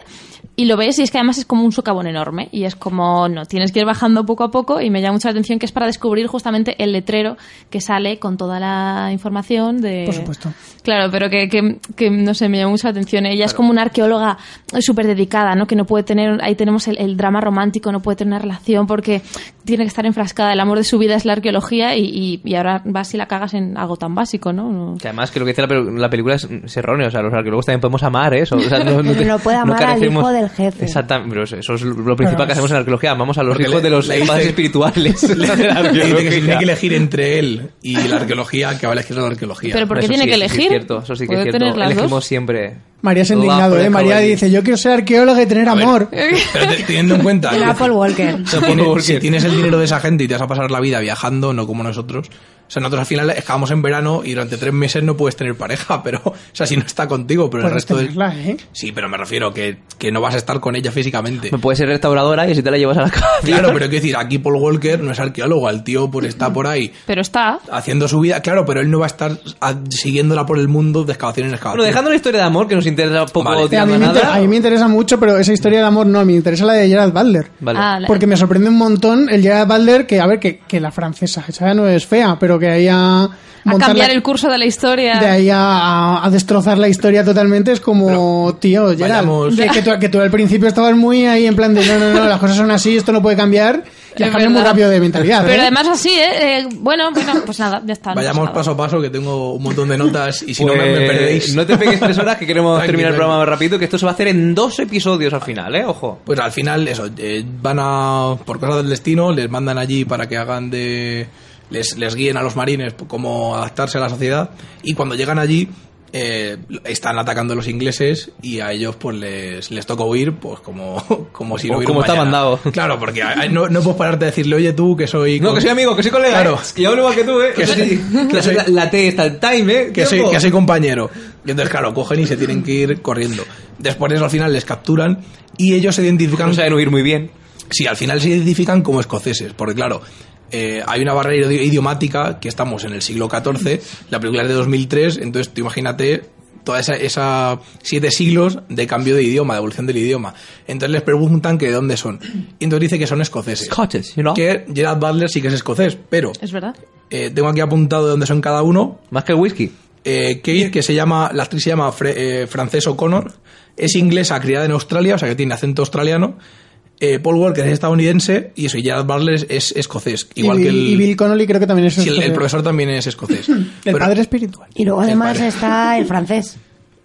Y lo ves y es que además es como un socavón enorme. Y es como, no, tienes que ir bajando poco a poco y me llama mucho la atención que es para descubrir justamente el letrero que sale con toda la información de,
Por supuesto.
Claro, pero que, que- que, no sé, me llama mucho la atención. Ella es como una arqueóloga súper dedicada, ¿no? Que no puede tener, ahí tenemos el, el drama romántico, no puede tener una relación porque tiene que estar enfrascada. El amor de su vida es la arqueología y, y- y ahora vas y la cagas en algo tan básico, ¿no? No-
Que además que lo que dice la, pel- la película es, mm, es erróneo, o sea, los arqueólogos también podemos amar eso. O sea, no, no
Pero no puede amar al
carecemos-
hijo del jefe.
Exactamente, pero eso, eso es lo principal que
es-
hacemos en arqueología, amamos a los
Porque
hijos
le-
de los
le
padres
dice-
espirituales. de la
Le dice que si
arqueología.
tiene que elegir entre él y la arqueología, que va a elegir la arqueología.
Pero por- qué
Eso
tiene
sí,
que
eso sí
elegir?
es cierto, eso sí que es
¿Puede
cierto.
tener las dos?
Elegimos siempre.
María se ha
Lo va
indignado,
por
¿eh?
el
María
caballo.
dice, yo quiero ser arqueóloga y tener
A ver,
amor.
Pero te- teniendo en cuenta.
El
que-
Apple Walker.
O sea,
Apple
tiene-
Walker.
si tienes el dinero de esa gente y te vas a pasar la vida viajando, no como nosotros. O sea, nosotros al final escábamos en verano y durante tres meses no puedes tener pareja, pero, o sea, si no está contigo, pero el
Puedes
resto del-
tenerla, ¿eh?
Sí, pero me refiero que, que no vas a estar con ella físicamente.
Me puede ser restauradora y si te la llevas a la excavación.
Claro, pero quiero decir, aquí Paul Walker no es arqueólogo, el tío pues está por ahí
Pero está.
haciendo su vida, claro, pero él no va a estar a- siguiéndola por el mundo de excavación en excavación.
Bueno, dejando la historia de amor que nos interesa poco
Vale.
A
tirando
mí,
a
me
nada.
inter- a mí me interesa mucho, pero esa historia de amor no, me interesa la de Gerard Butler.
Vale.
Ah, la-
Porque me sorprende un montón el Gerard Butler, que a ver, que, que la francesa, esa no es fea, pero que ahí a...
a
montar
cambiar
la-
el curso de la historia.
De ahí a, a- a destrozar la historia totalmente es como, tío, Gerard,
vayamos-
que, que tú, que tú al principio estabas muy ahí en plan de no, no, no, las cosas son así, esto no puede cambiar, y has
Es
cambiado muy
verdad.
rápido de mentalidad.
Pero
¿eh?
además así, ¿eh? Eh, bueno, bueno, pues nada, ya está. no
Vayamos
pasa nada.
paso a paso, que tengo un montón de notas y si no me,
Pues,
me perdéis.
No te pegues tres horas que queremos
Tranqui,
terminar el
tranqui.
programa rápido, que esto se va a hacer en dos episodios al final, ¿eh? Ojo.
Pues al final, eso, eh, van a. Por cosas del destino, les mandan allí para que hagan de. Les, les guíen a los marines p- cómo adaptarse a la sociedad. Y cuando llegan allí, eh, están atacando a los ingleses y a ellos, pues les, les toca huir, pues como, como si no
Como-
hubiera
como
un
está
mañana.
mandado.
Claro, porque a- a- no, no puedes pararte a decirle, oye tú, que soy.
No, que soy amigo, que soy colega.
Claro.
¿eh? Que yo hablo igual que tú, ¿eh?
Que soy- que soy-
la, la T está el time, ¿eh?
que soy,
Tiempo.
que soy compañero. Y entonces, claro, cogen y se tienen que ir corriendo. Después de eso, al final les capturan y ellos se identifican.
No saben huir muy bien.
Sí, al final se identifican como escoceses, porque claro, eh, hay una barrera idi- idiomática que estamos en el siglo XIV, la película es de 2003, entonces tú imagínate toda esa, esa siete siglos de cambio de idioma, de evolución del idioma. Entonces les preguntan que de dónde son. Y entonces dice que son escoceses.
Scotches, you know.
Que Gerard Butler sí que es escocés, pero
Es verdad.
eh, tengo aquí apuntado de dónde son cada uno.
Más que el whisky.
Eh, Kate, que se llama, la actriz se llama Fre- eh, Frances O'Connor, es inglesa, criada en Australia, o sea que tiene acento australiano. Eh, Paul Walker es estadounidense y eso, y Gerard Butler es, es escocés.
Y
Igual
Bill-
que el,
y Bill Connolly creo que también es
sí, el- el,
escocés.
profesor también es escocés.
El
Pero-
padre espiritual.
Y luego además
padre.
está el francés.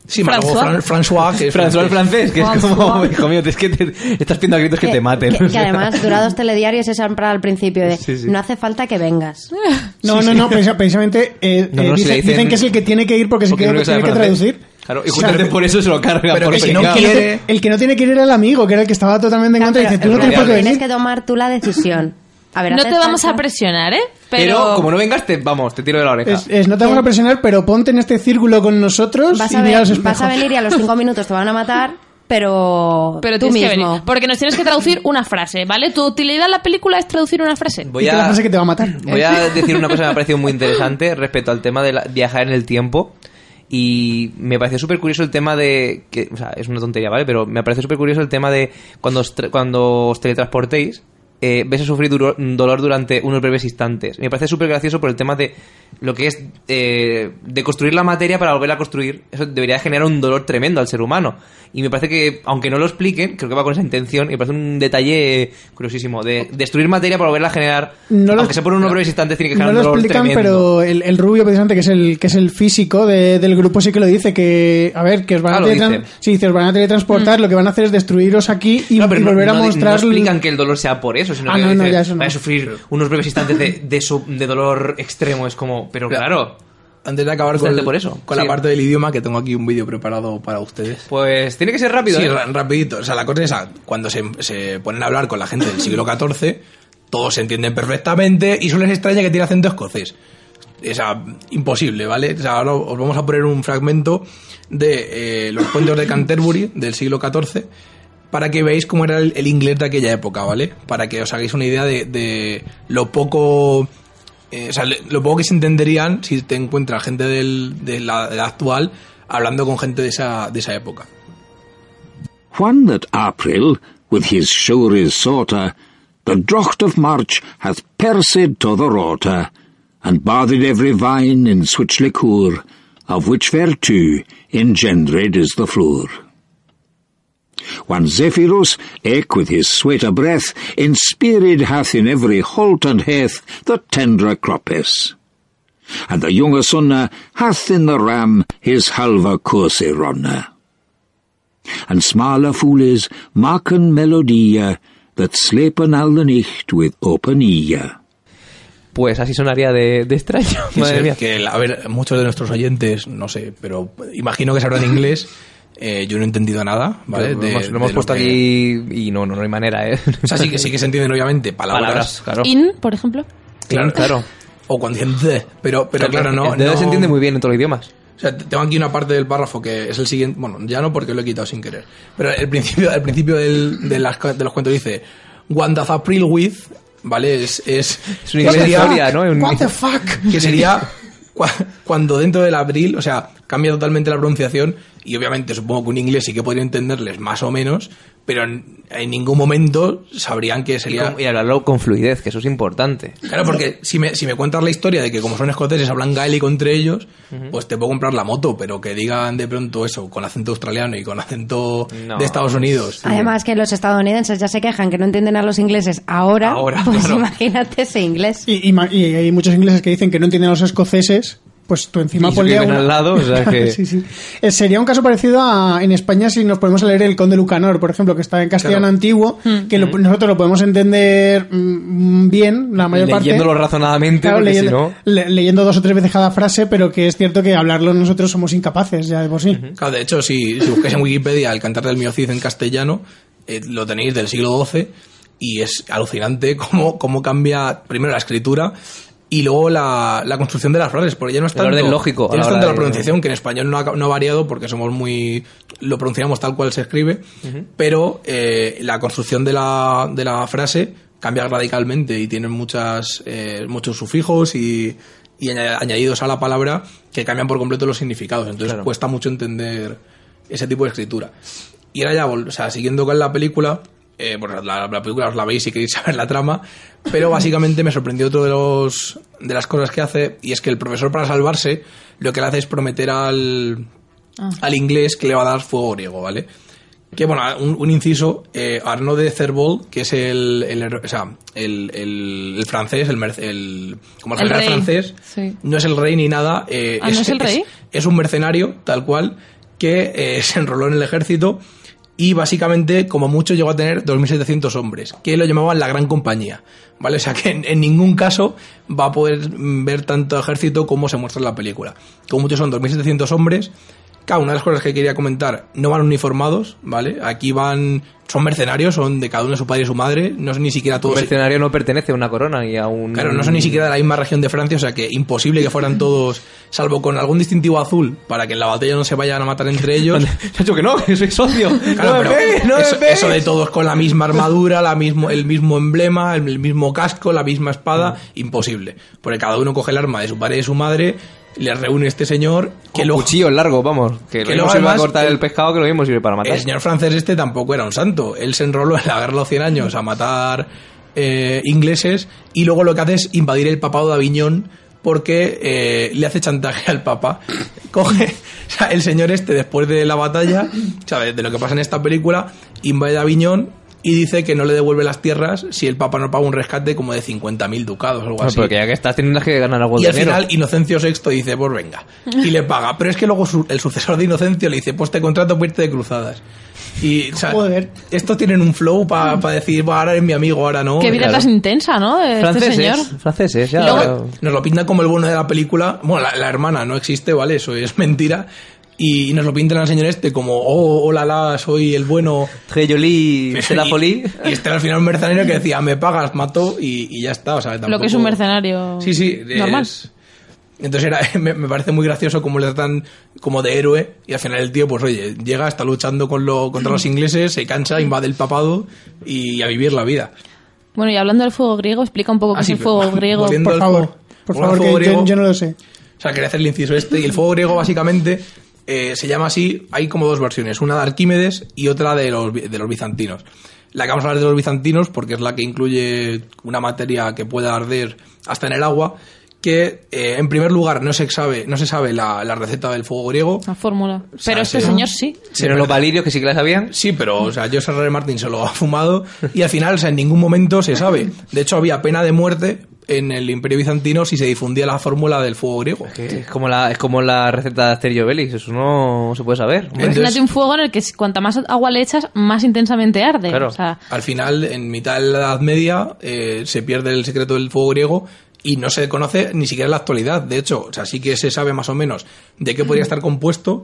Sí, más luego Fran- François, que es
François el francés, que es como, hijo mío, es que te, estás pidiendo a gritos que, te maten.
Que,
o
que
sea.
además, durados telediarios es para al principio de
Sí, sí.
no hace falta que vengas.
No, no, no, precisa- precisamente eh,
No,
eh,
no, si
dicen,
le dicen-
dicen que es el que tiene que ir porque se
Porque
quiere-
creo que sabe
tiene que
francés.
traducir.
Claro, y justamente por eso se lo cargan.
pero
por
que si no
pringao.
El que, no te-
quiere-
el que no tiene que ir era el amigo, que era el que estaba totalmente en contra. Y dice, tú no tienes por qué
tienes
venir.
que tomar tú la decisión. A ver,
No
hace
te vamos a
falta-
presionar, ¿eh?
Pero, como no vengas, te, vamos, te tiro de la oreja.
Es, es, no te vamos a presionar, pero ponte en este círculo con nosotros
Vas
y
a,
mira los
ver-
espejos.
vas a venir y a los cinco minutos te van a matar, pero,
Pero
tú
tienes que
mismo.
venir. Porque nos tienes que traducir una frase, ¿vale? Tu utilidad en la película es traducir una frase.
Voy
Y que la
a,
frase que te va a matar. ¿eh?
voy a decir una cosa que me ha parecido muy interesante respecto al tema de la- viajar en el tiempo. Y me pareció súper curioso el tema de. Que, o sea, es una tontería, ¿vale? Pero me pareció súper curioso el tema de cuando os, tra- cuando os teletransportéis. eh, ves a sufrir duro- dolor durante unos breves instantes. Me parece súper gracioso por el tema de lo que es eh, de construir la materia para volverla a construir. Eso debería generar un dolor tremendo al ser humano. Y me parece que, aunque no lo expliquen, creo que va con esa intención. Y me parece un detalle eh, curiosísimo de destruir materia para volverla a generar.
No lo-
aunque sea por unos breves instantes, tiene que
No
generar
lo
un dolor
explican,
tremendo.
pero el, el rubio, precisamente, que es el, que es el físico de- del grupo, sí que lo dice, que, a ver, que os van,
Ah,
a,
lo
teletran-
dice.
sí, dice, os van a
Mm.
teletransportar, lo que van a hacer es destruiros aquí y,
No, pero
y
no-
volver
no-
a
no
mostrar...
explican que el dolor sea por eso, sino
Ah,
que
no, no,
dice,
ya eso no.
"Vaya a sufrir unos breves instantes de, de su- de dolor extremo. Es como, pero
Claro.
claro.
Antes de acabar con,
Justamente
el-
por eso.
con
Sí.
la parte del idioma, que tengo aquí un vídeo preparado para ustedes.
Pues tiene que ser rápido.
Sí,
¿eh?
ra- rapidito. O sea, la cosa es esa. Cuando se, se ponen a hablar con la gente del siglo XIV, todos se entienden perfectamente y solo les extraña que tiene acento escocés. O sea, imposible, ¿vale? O sea, ahora os vamos a poner un fragmento de eh, los cuentos de Canterbury del siglo XIV para que veáis cómo era el, el inglés de aquella época, ¿vale? Para que os hagáis una idea de, de lo poco... eh, o sea, le- lo poco que se entenderían si te encuentras gente del- de, la, de la actual hablando con gente de esa, de esa época.
When that April, with his showry sorter, the drought of March hath persed to the rotter, and bathed every vine in switch liqueur, of which virtue engendered is the floor. When Zephyros, eke with his sweeter breath, inspired hath in every holt and heath the tenderer croppes, and the younger sunner hath in the ram his halva course runner and smaller fools marken melodia that slepen all the nicht with open ear.
Pues así sonaría de, de extraño. Madre
Sí,
mía.
Que, la- a ver, muchos de nuestros oyentes, no sé, pero imagino que sabrán inglés. Eh, yo no he entendido nada, ¿vale?
lo
De-
hemos, lo
de
hemos puesto
que-
aquí y no, no, no hay manera, ¿eh?
O sea, sí que, sí que se entienden, obviamente,
Palabras,
palabras.
claro.
In, por ejemplo.
claro. claro.
O cuando dicen the, pero, pero claro, no.
Entonces
no-
se entiende muy bien en todos los idiomas.
O sea, tengo aquí una parte del párrafo que es el siguiente. Bueno, ya no porque lo he quitado sin querer. Pero el principio, el principio del- de, las, de los cuentos dice: One does April with, ¿vale? Es. Es,
Es un inglés de historia, ¿no? Un-
What the fuck?
que sería cua- cuando dentro del abril, o sea, cambia totalmente la pronunciación y obviamente supongo que un inglés sí que podría entenderles más o menos, pero en, en ningún momento sabrían que
y,
sería...
con- y hablarlo con fluidez, que eso es importante.
Claro, porque si me, si me cuentas la historia de que como son escoceses hablan gaélico entre ellos, pues te puedo comprar la moto, pero que digan de pronto eso, con acento australiano y con acento
No.
de Estados Unidos.
Además que los estadounidenses ya se quejan que no entienden a los ingleses ahora,
Ahora,
pues
claro.
imagínate ese inglés.
Y, y ma- y hay muchos ingleses que dicen que no entienden a los escoceses, pues tú encima
Y se
ponle a
viven
una-
al lado, o sea que-
Sí, sí. Eh, sería un caso parecido a en España si nos ponemos a leer el Conde Lucanor, por ejemplo, que está en castellano
Claro.
antiguo, que
Mm.
lo- nosotros lo podemos entender mm, bien, la mayor parte.
Leyéndolo razonadamente,
Claro,
porque
leyendo,
si no...
le- leyendo dos o tres veces cada frase, pero que es cierto que hablarlo nosotros somos incapaces ya de por sí.
Claro, de hecho, si, si buscáis en Wikipedia el cantar del miocid en castellano, eh, lo tenéis del siglo XII y es alucinante cómo, cómo cambia primero la escritura y luego la, la construcción de las frases, porque ya no es
El
tanto,
orden lógico a
ya no
la
es
hora
tanto la
de-
pronunciación, que en español no ha, no ha variado porque somos muy... lo pronunciamos tal cual se escribe, pero eh, la construcción de la, de la frase cambia radicalmente y tiene muchas, eh, muchos sufijos y, y aña- añadidos a la palabra que cambian por completo los significados. Entonces
Claro.
cuesta mucho entender ese tipo de escritura. Y ahora ya, vol- o sea, siguiendo con la película, eh, bueno, la, la película os la veis si queréis saber la trama, pero básicamente me sorprendió otro de, los, de las cosas que hace, y es que el profesor para salvarse lo que le hace es prometer al,
Ah.
al inglés que le va a dar fuego griego, ¿vale? Que bueno, un, un inciso, eh, Arnaud de Cervol, que es el, el her- o sea, el, el- el francés, el, merc- el- como el,
El
general
rey,
francés,
sí.
no es el rey ni nada. eh,
Ah, ¿no es el rey?
es un mercenario, tal cual, que eh, se enroló en el ejército y básicamente, como mucho, llegó a tener 2.700 hombres, que lo llamaban la gran compañía, ¿vale? O sea que en, en ningún caso va a poder mm, ver tanto ejército como se muestra en la película. Como mucho son 2.700 hombres. Claro, una de las cosas que quería comentar, no van uniformados, ¿vale? Aquí van, son mercenarios, son de cada uno su padre y su madre, no son ni siquiera
Un
todos...
mercenario no pertenece a una corona y a un...
Claro, no son ni siquiera de la misma región de Francia, o sea que imposible que fueran todos, salvo con algún distintivo azul, para que en la batalla no se vayan a matar entre ellos.
Chacho, que no, que soy socio. no
Claro,
me
pero
pegues, no me
eso,
pegues.
eso de todos con la misma armadura, la mismo, el mismo emblema, el, el mismo casco, la misma espada,
Mm.
imposible. Porque cada uno coge el arma de su padre y de su madre, les reúne este señor, que
Con
lo
cuchillos largos, vamos. Que,
que
lo mismo
luego
sirve para
además-
cortar el pescado que lo mismo sirve para matar.
El señor francés este tampoco era un santo. Él se enroló en la guerra de los 100 años a matar eh, ingleses y luego lo que hace es invadir el papado de Aviñón porque eh, le hace chantaje al papa. Coge o sea, el señor este después de la batalla, ¿sabes? De lo que pasa en esta película, invade Aviñón y dice que no le devuelve las tierras si el papa no paga un rescate como de 50.000 ducados o algo
No,
así.
porque ya que estás teniendo que ganar algo
Y
de
al
dinero.
final Inocencio VI dice, pues venga, y le paga. Pero es que luego su- el sucesor de Inocencio le dice, pues te contrato por irte de cruzadas. Y, o sea,
Joder.
estos tienen un flow para decir, "Buah, ahora es mi amigo, ahora no.
Qué vida
claro.
tan intensa, ¿no? De Este
franceses,
señor.
franceses, ya.
Y luego-
Nos lo pintan como el bueno de la película. Bueno, la, la hermana no existe, ¿vale? Eso es mentira. y nos lo pintan al señor este como, oh, hola, la, soy el bueno.
Trejoli, Selafoli.
Y, y este era al final un mercenario que decía, me pagas, mato y, y ya está. O sea,
Lo que es
tampoco-
un mercenario
Sí, sí. es-
normal.
Entonces era, me, me parece muy gracioso como le tratan como de héroe y al final el tío, pues oye, llega, está luchando con lo, contra los ingleses, se cansa, invade el papado y a vivir la vida.
Bueno, y hablando del fuego griego, explica un poco qué
Ah,
es
sí,
el fuego
pero-
griego.
volviendo
Por
al
favor,
fuego-
por
volviendo
favor,
al fuego
que yo-
griego.
yo no lo sé.
O sea, quería hacer el inciso este. Y el fuego griego, básicamente, eh, se llama así. Hay como dos versiones: una de Arquímedes y otra de los, bi- de los bizantinos. La que vamos a hablar de los bizantinos, porque es la que incluye una materia que pueda arder hasta en el agua. Que, eh, en primer lugar, no se sabe, no se sabe la, la receta del fuego griego.
La fórmula. Pero
sea,
este
sí.
señor sí.
Pero los valirios que sí que la sabían.
Sí, pero, o sea, George R. R. Martin se lo ha fumado y al final, o sea, en ningún momento se sabe. De hecho, había pena de muerte en el Imperio Bizantino si se difundía la fórmula del fuego griego.
Es como la, es como la receta de Asterio Belis, eso no se puede saber. hombre.
Entonces-
Imagínate un fuego en el que cuanta más agua le echas, más intensamente arde.
Claro.
O sea,
Al final, en mitad de la Edad Media, eh, se pierde el secreto del fuego griego y no se conoce ni siquiera en la actualidad. De hecho, o sea, sí que se sabe más o menos de qué podría estar compuesto,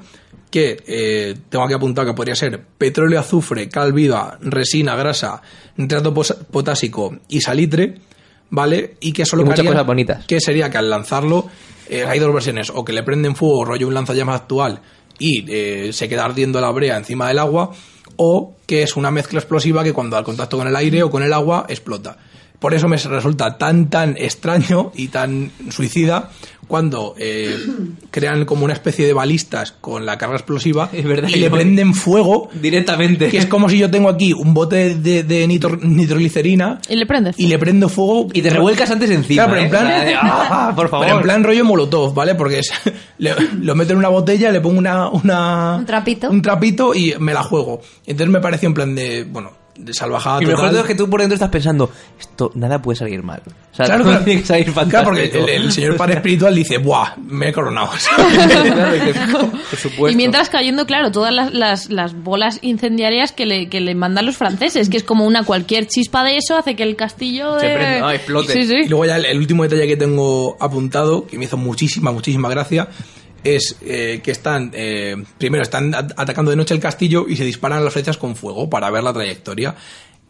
que eh, tengo aquí apuntado que podría ser petróleo, azufre, cal viva, resina, grasa, nitrato pos- potásico y salitre, ¿vale? Y que solo
Y muchas
que harían-
cosas bonitas.
que sería que al lanzarlo eh, hay dos versiones, o que le prenden fuego, rollo un lanzallamas actual, y eh, se queda ardiendo la brea encima del agua, o que es una mezcla explosiva que cuando al contacto con el aire o con el agua explota. Por eso me resulta tan tan extraño y tan suicida cuando eh, crean como una especie de balistas con la carga explosiva
Es verdad,
y le
yo-
prenden fuego,
Directamente.
que es como si yo tengo aquí un bote de, de nitro- nitroglicerina
y le prendes.
y le prendo fuego
Y te revuelcas antes encima.
Claro, pero en
¿eh?
plan-
O sea, de, "Ah, por favor.
pero en plan rollo molotov, ¿vale? Porque es- le- lo meto en una botella, le pongo una, una-
Un trapito.
Un trapito y me la juego. Entonces me pareció en plan de, bueno, de salvajada.
Y lo mejor de
total.
todo es que tú por dentro estás pensando, esto nada puede salir mal. O sea,
Claro,
todo
claro.
tiene que salir fantástico.
Claro, porque el, el señor padre espiritual dice, ¡buah! Me he coronado.
Claro, dices, por supuesto.
Y mientras cayendo, claro, todas las, las- las bolas incendiarias que le, que le mandan los franceses, que es como una cualquier chispa de eso hace que el castillo
Se
de-
prenda, ah, explote.
Sí, sí.
Y luego ya el, el último detalle que tengo apuntado, que me hizo muchísima, muchísima gracia, es eh, que están, eh, primero, están at- atacando de noche el castillo y se disparan las flechas con fuego para ver la trayectoria.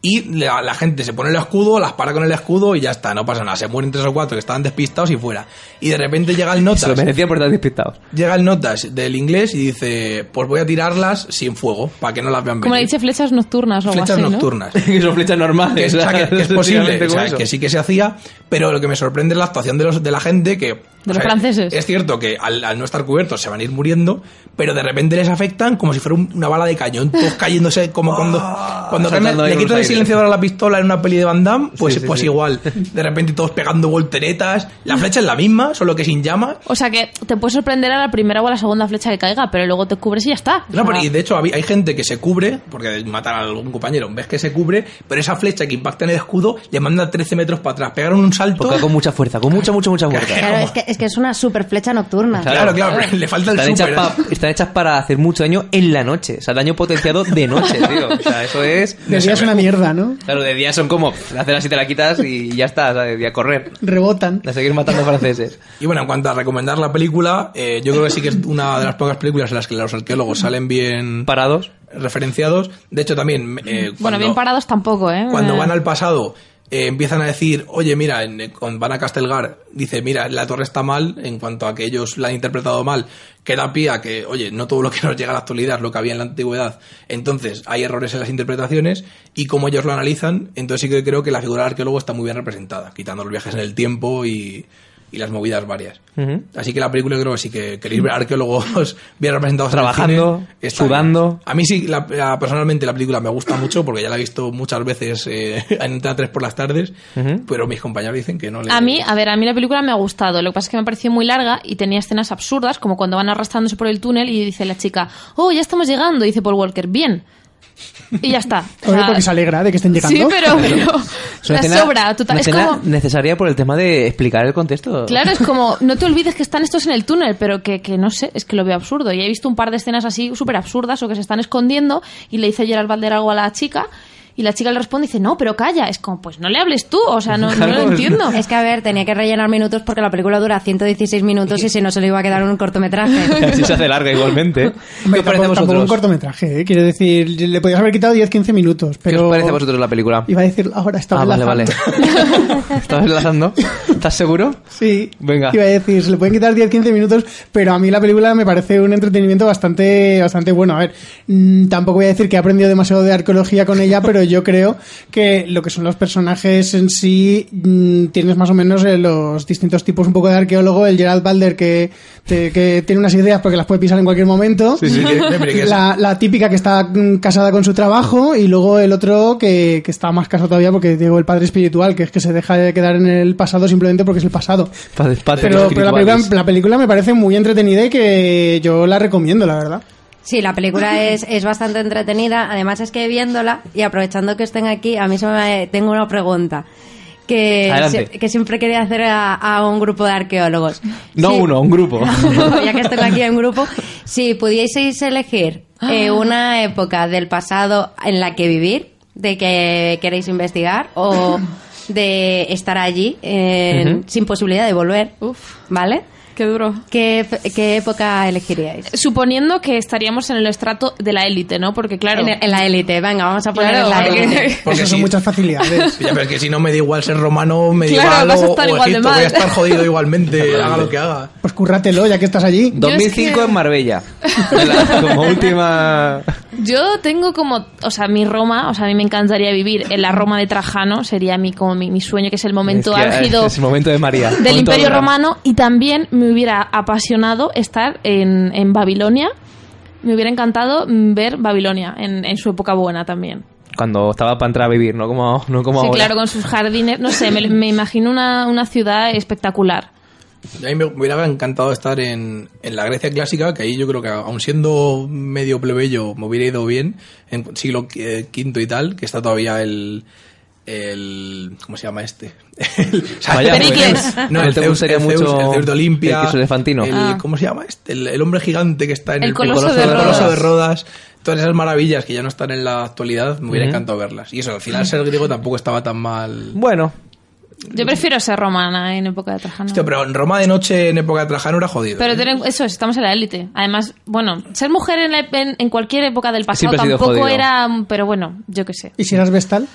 Y la, la gente se pone el escudo, las para con el escudo y ya está, no pasa nada. Se mueren tres o cuatro que estaban despistados y fuera. Y de repente llega el
Se lo
Notas.
merecía por estar despistados.
Llega el Notas del inglés y dice, pues voy a tirarlas sin fuego, para que no las vean
Como le
venir.
dice, flechas nocturnas o algo
flechas
así, ¿no?
nocturnas
que son flechas normales.
que, es- o sea, que- que es
sencillamente
posible,
con
o sea,
eso.
que sí que se hacía, pero lo que me sorprende es la actuación de, los, de la gente que... o
los
sea,
franceses.
Es cierto que al, al no estar cubiertos se van a ir muriendo, pero de repente les afectan como si fuera un- una bala de cañón, todos cayéndose como cuando, cuando
Ah, Saltando
Carmen
ahí
le
por
quitan
los
el
aires.
silenciador a la pistola en una peli de Van Damme, pues,
Sí, sí,
pues
sí.
igual. De repente todos pegando volteretas, la flecha es la misma, solo que sin llamas.
O sea que te puede sorprender a la primera o a la segunda flecha que caiga, pero luego te cubres y ya está.
No,
O
pero
sea,
y de hecho hab- hay gente que se cubre, porque matar a algún compañero, ves que se cubre, pero esa flecha que impacta en el escudo le manda 13 metros para atrás, pegaron un salto.
Toca con mucha fuerza, con mucha, mucha, mucha fuerza.
Claro, es que, es que es una super flecha nocturna.
Claro, claro, pero le falta el
están hechas,
súper.
pa- están hechas para hacer mucho daño en la noche. O sea, daño potenciado de noche, tío. O sea, eso es...
De día es una mierda, ¿no?
Claro, de día son como... Hacer así te la quitas y ya está. O sea, de día correr.
Rebotan.
A seguir matando franceses.
Y bueno, en cuanto a recomendar la película, eh, yo creo que sí que es una de las pocas películas en las que los arqueólogos salen bien
Parados.
referenciados. De hecho, también eh, cuando,
Bueno, bien parados tampoco, ¿eh?
cuando
Eh,
van al pasado eh, empiezan a decir, oye, mira, en- eh, cuando van a Castelgar, dice, mira, la torre está mal en cuanto a que ellos la han interpretado mal, que da pie a que, oye, no todo lo que nos llega a la actualidad es lo que había en la antigüedad. Entonces, hay errores en las interpretaciones y cómo ellos lo analizan. Entonces, sí que creo que la figura del arqueólogo está muy bien representada, quitando los viajes en el tiempo y, y las movidas varias. Así que la película creo que sí que queréis ver arqueólogos bien representados en el
Trabajando,
cine, está
sudando.
bien. A mí sí, la- la- personalmente la película me gusta mucho porque ya la he visto muchas veces eh, en Antena 3 por las tardes, pero mis compañeros dicen que no le...
A mí, a ver, a mí la película me ha gustado. Lo que pasa es que me pareció muy larga y tenía escenas absurdas, como cuando van arrastrándose por el túnel y dice la chica, oh, ya estamos llegando, y dice Paul Walker, bien. Y ya está. O
Oye,
sea,
porque se alegra de que estén llegando.
Sí, pero, pero
Es una
la
escena-
sobra. total-
una
es
escena
como,
necesaria por el tema de explicar el contexto.
claro, es como, no te olvides que están estos en el túnel, pero que, que no sé, es que lo veo absurdo. Y he visto un par de escenas así súper absurdas o que se están escondiendo y le dice Gerard Valder algo a la chica Y la chica le responde y dice, no, pero calla. Es como, pues no le hables tú, o sea, no, no
Claro,
lo
es-
entiendo.
Es que, a ver, tenía que rellenar minutos porque la película dura 116 minutos y si no se le iba a quedar un cortometraje.
Así se hace larga igualmente. ¿Qué
Hombre,
os parece a
tampoco, tampoco un
vosotros?
cortometraje, ¿eh? quiero decir, le podías haber quitado 10-15 minutos,
¿Qué
pero...
os parece a vosotros la película?
Iba a decir ahora, estaba
Ah, vale, vale.
enlazando.
¿Estás enlazando? ¿Estás seguro?
Sí,
Venga.
iba a decir, se le pueden quitar 10-15 minutos, pero a mí la película me parece un entretenimiento bastante, bastante bueno. A ver, mm, tampoco voy a decir que he aprendido demasiado de arqueología con ella, pero yo creo que lo que son los personajes en sí, mm, tienes más o menos eh, los distintos tipos un poco de arqueólogo, el Gerald Balder que, te- que tiene unas ideas porque las puede pisar en cualquier momento. La, la típica que está mm, casada con su trabajo y luego el otro que, que está más casado todavía porque digo el padre espiritual que es que se deja de quedar en el pasado simplemente porque es el pasado
Padre- padres
pero, pero la, película,
espirituales.
la película me parece muy entretenida y que yo la recomiendo, la verdad.
Sí, la película es, es bastante entretenida. Además, es que viéndola y aprovechando que estén aquí, a mí se me, tengo una pregunta que,
Adelante.
que siempre quería hacer a, a un grupo de arqueólogos.
No
Sí.
uno, un grupo.
ya que estoy aquí en grupo, si pudieseis elegir eh, una época del pasado en la que vivir, de que queréis investigar o de estar allí eh,
Ujú.
sin posibilidad de volver,
Uf,
¿vale?
qué duro.
¿Qué, qué época elegiríais?
Suponiendo que estaríamos en el estrato de la élite, ¿no? Porque claro...
En, en la élite, venga, vamos a poner
Claro,
en la
porque-
élite.
Porque
Eso
sí.
son muchas facilidades.
Ya, pero es que si no me da igual ser romano, medieval
vas a
o-
estar
o
igual de
egipto,
mal.
voy a estar jodido igualmente, haga lo que haga.
Pues currátelo ya que estás allí.
2005
que-
en Marbella. La- como última...
Yo tengo como, o sea, mi Roma, o sea, a mí me encantaría vivir en la Roma de Trajano, sería mi, como mi, mi sueño, que es el momento
Es que, eh,
álgido
Es el momento de María. Con
del
todo
Imperio
drama.
Romano, y también me hubiera apasionado estar en, en Babilonia, me hubiera encantado mm, ver Babilonia en, en su época buena también.
Cuando estaba para entrar a vivir, no como, no como
sí,
ahora.
claro, con sus jardines, no sé, me, me imagino una, una ciudad espectacular.
A mí me hubiera encantado estar en, en la Grecia clásica, que ahí yo creo que aun siendo medio plebeyo me hubiera ido bien, en siglo eh, V y tal, que está todavía el... el ¿Cómo se llama este? El, o sea,
Vaya,
Pericles.
pues,
no,
no
el
te
Zeus,
gustaría
el Zeus-
mucho
el Zeus de Olimpia.
el queso elefantino.
el-
Ah.
¿Cómo se llama este? El, el hombre gigante que está en
El
el...
Coloso de
el
Rodas.
Coloso de Rodas. Todas esas maravillas que ya no están en la actualidad, me hubiera
Ujú.
encantado verlas. Y eso, al final ser griego tampoco estaba tan mal.
Bueno,
Yo prefiero ser romana en época de Trajano.
Hostia, pero en Roma de noche, en época de Trajano, era jodido.
Pero
¿eh?
ten en- eso es, estamos en la élite. Además, bueno, ser mujer en, la- en- en cualquier época del pasado
Siempre ha sido
tampoco
jodido.
era... mm, Pero bueno, yo qué sé.
¿Y si eras Vestal?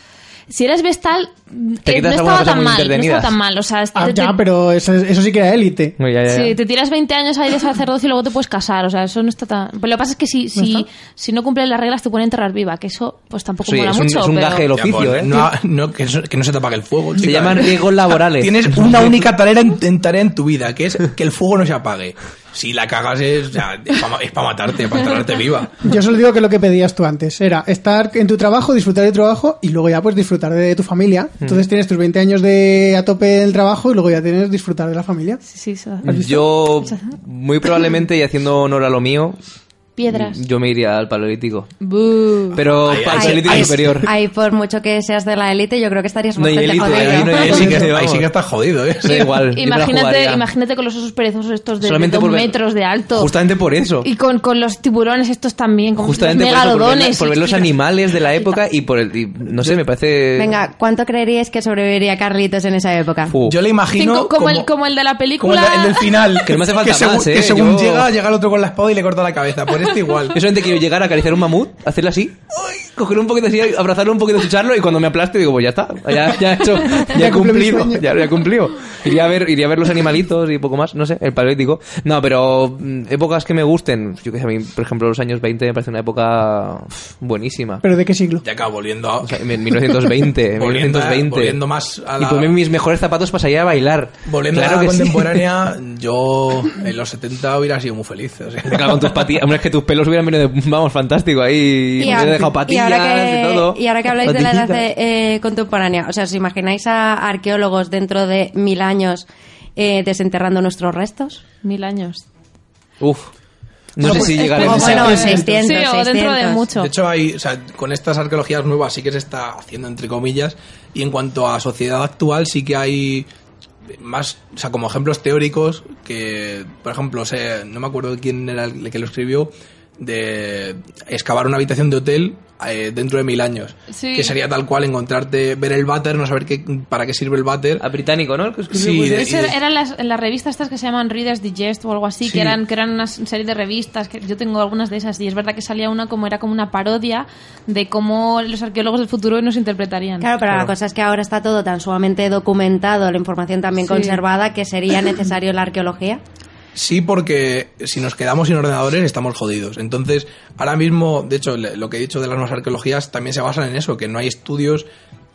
Si eras vestal,
Te
eh, no
quitas alguna
estaba
cosa
tan
muy
mal. No estaba
intervenidas.
tan mal. O sea, es-
Ah,
te-
ya,
te-
pero eso, eso sí que era élite.
no, ya, ya, ya.
sí, te tiras 20 años ahí de sacerdocio y luego te puedes casar. O sea, eso no está tan... Pero lo que pasa es que si, si, si no cumples las reglas te pueden enterrar viva, que eso pues tampoco
Sí,
mola
es un,
mucho.
es un
pero-
gaje del
Ya, pues,
oficio, ¿eh?
No, no, que, no- que no se te apague el fuego.
Se
chica.
llaman riesgos laborales.
Tienes una única tarea en, en tarea en tu vida, que es que el fuego no se apague. Si la cagas es, para matarte, para enterrarte viva.
Yo solo digo que lo que pedías tú antes era estar en tu trabajo, disfrutar de tu trabajo y luego ya pues disfrutar de tu familia. Entonces tienes tus 20 años de a tope del trabajo y luego ya tienes disfrutar de la familia.
Sí, sí, eso-
Mm. Yo, muy probablemente, y haciendo honor a lo mío,
Piedras.
yo me iría al paleolítico.
Buh.
Pero paleolítico
Ay,
superior.
Ay, por mucho que seas de la élite, yo creo que estarías
No hay
bastante
élite,
jodido.
ahí no hay
Ahí sí que,
élite,
ahí
vamos.
sí que estás jodido, ¿eh?
Da igual. yo me la
Imagínate,
jugaría.
imagínate con los osos perezosos estos de, de
Solamente
dos
por ver-
metros de alto.
Justamente por eso.
Y con, con los tiburones estos también, como
Justamente
los
por, eso, por, ver,
megalodones.
la- por ver los
Hostia.
animales de la época y por el. y, no sé, me parece.
Venga, ¿cuánto creeríais que sobreviviría Carlitos en esa época?
Fu.
Yo le imagino.
Cinco, como, el, como el de la
como
película.
el, de- el del final.
Que no me hace falta
según,
más, ¿eh?
que según
Yo-
llega, llega el otro con la espada y le corta la cabeza. Por este igual.
Yo solamente quiero llegar a acariciar un mamut, hacerle así, cogerlo un poquito así, abrazarlo un poquito, escucharlo y cuando me aplaste digo, pues ya está, ya, ya he hecho, ya he
Ya cumplí mi
cumplido,
sueño.
ya, ya he cumplido. Iría a, ver, iría a ver los animalitos y poco más, no sé, el paleolítico. No, pero mm, épocas que me gusten, yo que sé, a mí, por ejemplo, los años 20 me parece una época uf, buenísima.
¿Pero de qué siglo?
Ya acaba volviendo a.
O sea, en 1920,
Volviendo a-
1920.
volviendo más a
Y
la-
ponme mis mejores zapatos para salir a bailar.
Volviendo
claro
a la
que sí.
contemporánea, yo en los 70 hubiera sido muy feliz. o sea.
Claro, con tus patillas. Hombre, es que tus pelos hubieran venido de. Vamos, fantástico. Ahí.
a-
hubiera dejado
y
patillas y,
ahora que,
todo.
y ahora que habláis de la edad
Patillitas.
de, eh, contemporánea, o sea, ¿os imagináis a arqueólogos dentro de mil años eh, desenterrando nuestros restos?
Mil años.
Uf. No, sé
pues,
si
es
llegaré
como,
a ese
bueno,
punto.
600,
Sí, o dentro de
600.
mucho.
De hecho, hay, o sea, con estas arqueologías nuevas sí que se está haciendo, entre comillas, y en cuanto a sociedad actual sí que hay más, o sea, como ejemplos teóricos que, por ejemplo, se- no me acuerdo quién era el que lo escribió, de excavar una habitación de hotel eh, dentro de mil años.
Sí.
Que sería tal cual encontrarte, ver el váter, no saber qué, para qué sirve el váter.
A británico, ¿no? El que escribió,
Sí,
pues,
de-
eh.
Eso era- eran las, las revistas estas que se llaman Reader's Digest o algo así,
Sí.
que eran que eran una serie de revistas, que yo tengo algunas de esas, y es verdad que salía una como era como una parodia de cómo los arqueólogos del futuro nos interpretarían.
Claro, pero la cosa es que ahora está todo tan sumamente documentado, la información tan bien
Sí.
conservada, que sería necesario la arqueología.
Sí, porque si nos quedamos sin ordenadores estamos jodidos. Entonces, ahora mismo, de hecho, le- lo que he dicho de las nuevas arqueologías también se basan en eso, que no hay estudios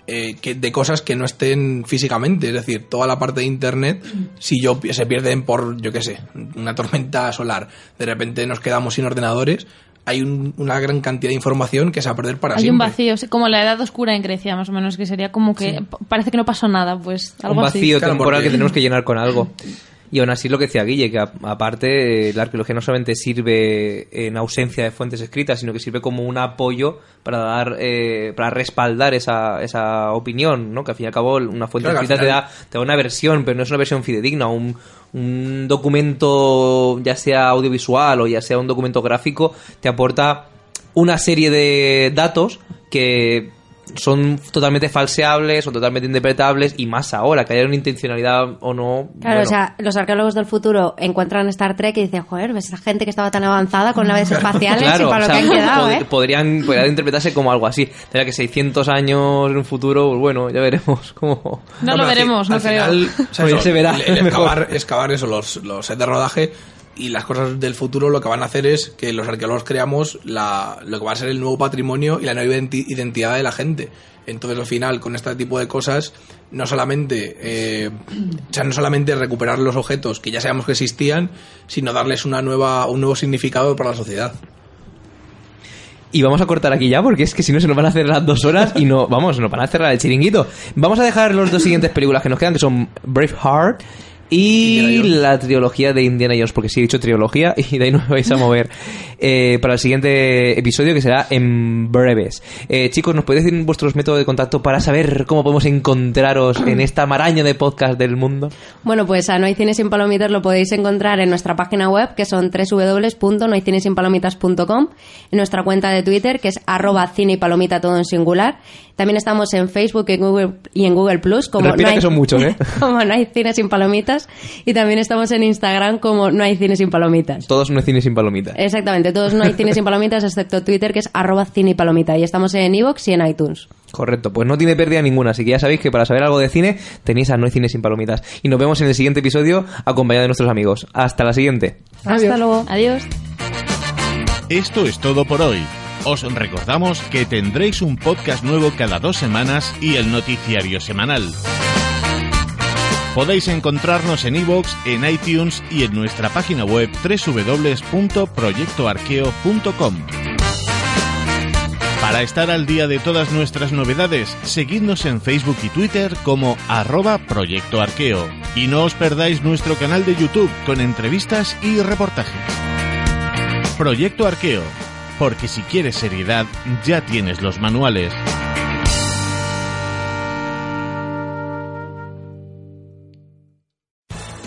eh, que, de cosas que no estén físicamente. Es decir, toda la parte de Internet, si yo pi- se pierden por, yo qué sé, una tormenta solar, de repente nos quedamos sin ordenadores, hay un- una gran cantidad de información que se va a perder para
Hay
siempre.
un vacío, sí, como la edad oscura en Grecia, más o menos, que sería como que pa- parece que no pasó nada, pues algo
un vacío
Claro,
temporal
porque-
que tenemos que llenar con algo. Y aún así lo que decía Guille, que a- aparte eh, la arqueología no solamente sirve en ausencia de fuentes escritas, sino que sirve como un apoyo para dar, eh, para respaldar esa, esa opinión, ¿no? Que al fin y al cabo una fuente
Claro, que
escrita
al final-
te, da, te da una versión, pero no es una versión fidedigna, un, un documento ya sea audiovisual o ya sea un documento gráfico, te aporta una serie de datos que son totalmente falseables, son totalmente interpretables y más ahora, que haya una intencionalidad o no.
Claro,
bueno.
o sea, los arqueólogos del futuro encuentran Star Trek y dicen, joder, ves esa gente que estaba tan avanzada con naves espaciales
Claro,
y para
o
lo
sea,
que han quedado,
pod-
¿eh?
podrían, podrían interpretarse como algo así. Tendrá que 600 años en un futuro, pues bueno, ya veremos cómo.
No
pero
lo
al fin-
veremos, no
al
creo.
final, o sea,
Pues ya
eso,
se verá,
el- el
mejor.
excavar, excavar eso, los, los sets de rodaje y las cosas del futuro lo que van a hacer es que los arqueólogos creamos la, lo que va a ser el nuevo patrimonio y la nueva identi- identidad de la gente. Entonces, al final, con este tipo de cosas, no solamente, eh, o sea, no solamente recuperar los objetos que ya sabíamos que existían, sino darles una nueva, un nuevo significado para la sociedad.
Y vamos a cortar aquí ya, porque es que si no se nos van a hacer las dos horas y no, vamos, nos van a cerrar el chiringuito. Vamos a dejar los dos siguientes películas que nos quedan, que son Braveheart y
Indiana Jones.
la trilogía de Indiana Jones, porque sí he dicho trilogía y de ahí no me vais a mover eh, para el siguiente episodio que será en breves. Eh, chicos, ¿nos podéis decir vuestros métodos de contacto para saber cómo podemos encontraros en esta maraña de podcast del mundo?
Bueno, pues a No hay cine sin palomitas lo podéis encontrar en nuestra página web, que son www.nohaycinesinpalomitas.com, en nuestra cuenta de Twitter, que es arroba cine y palomita todo en singular. También estamos en Facebook y en Google, y en Google Plus, como
Respira que son muchos, ¿eh?
como No hay cine sin palomitas. Y también estamos en Instagram como No hay cine sin palomitas.
Todos no cines sin palomitas.
Exactamente, todos no hay cine sin palomitas, excepto Twitter, que es arroba cine y palomita. Y estamos en Evox y en iTunes.
Correcto, pues no tiene pérdida ninguna, así que ya sabéis que para saber algo de cine tenéis a No hay cine sin palomitas. Y nos vemos en el siguiente episodio acompañado de nuestros amigos. Hasta la siguiente.
Hasta luego.
Adiós.
Esto es todo por hoy. Os recordamos que tendréis un podcast nuevo cada dos semanas y el noticiario semanal. Podéis encontrarnos en iVoox, en iTunes y en nuestra página web www.proyectoarqueo.com. Para estar al día de todas nuestras novedades, seguidnos en Facebook y Twitter como arroba Proyecto Arqueo. Y no os perdáis nuestro canal de YouTube con entrevistas y reportajes. Proyecto Arqueo, porque si quieres seriedad, ya tienes los manuales.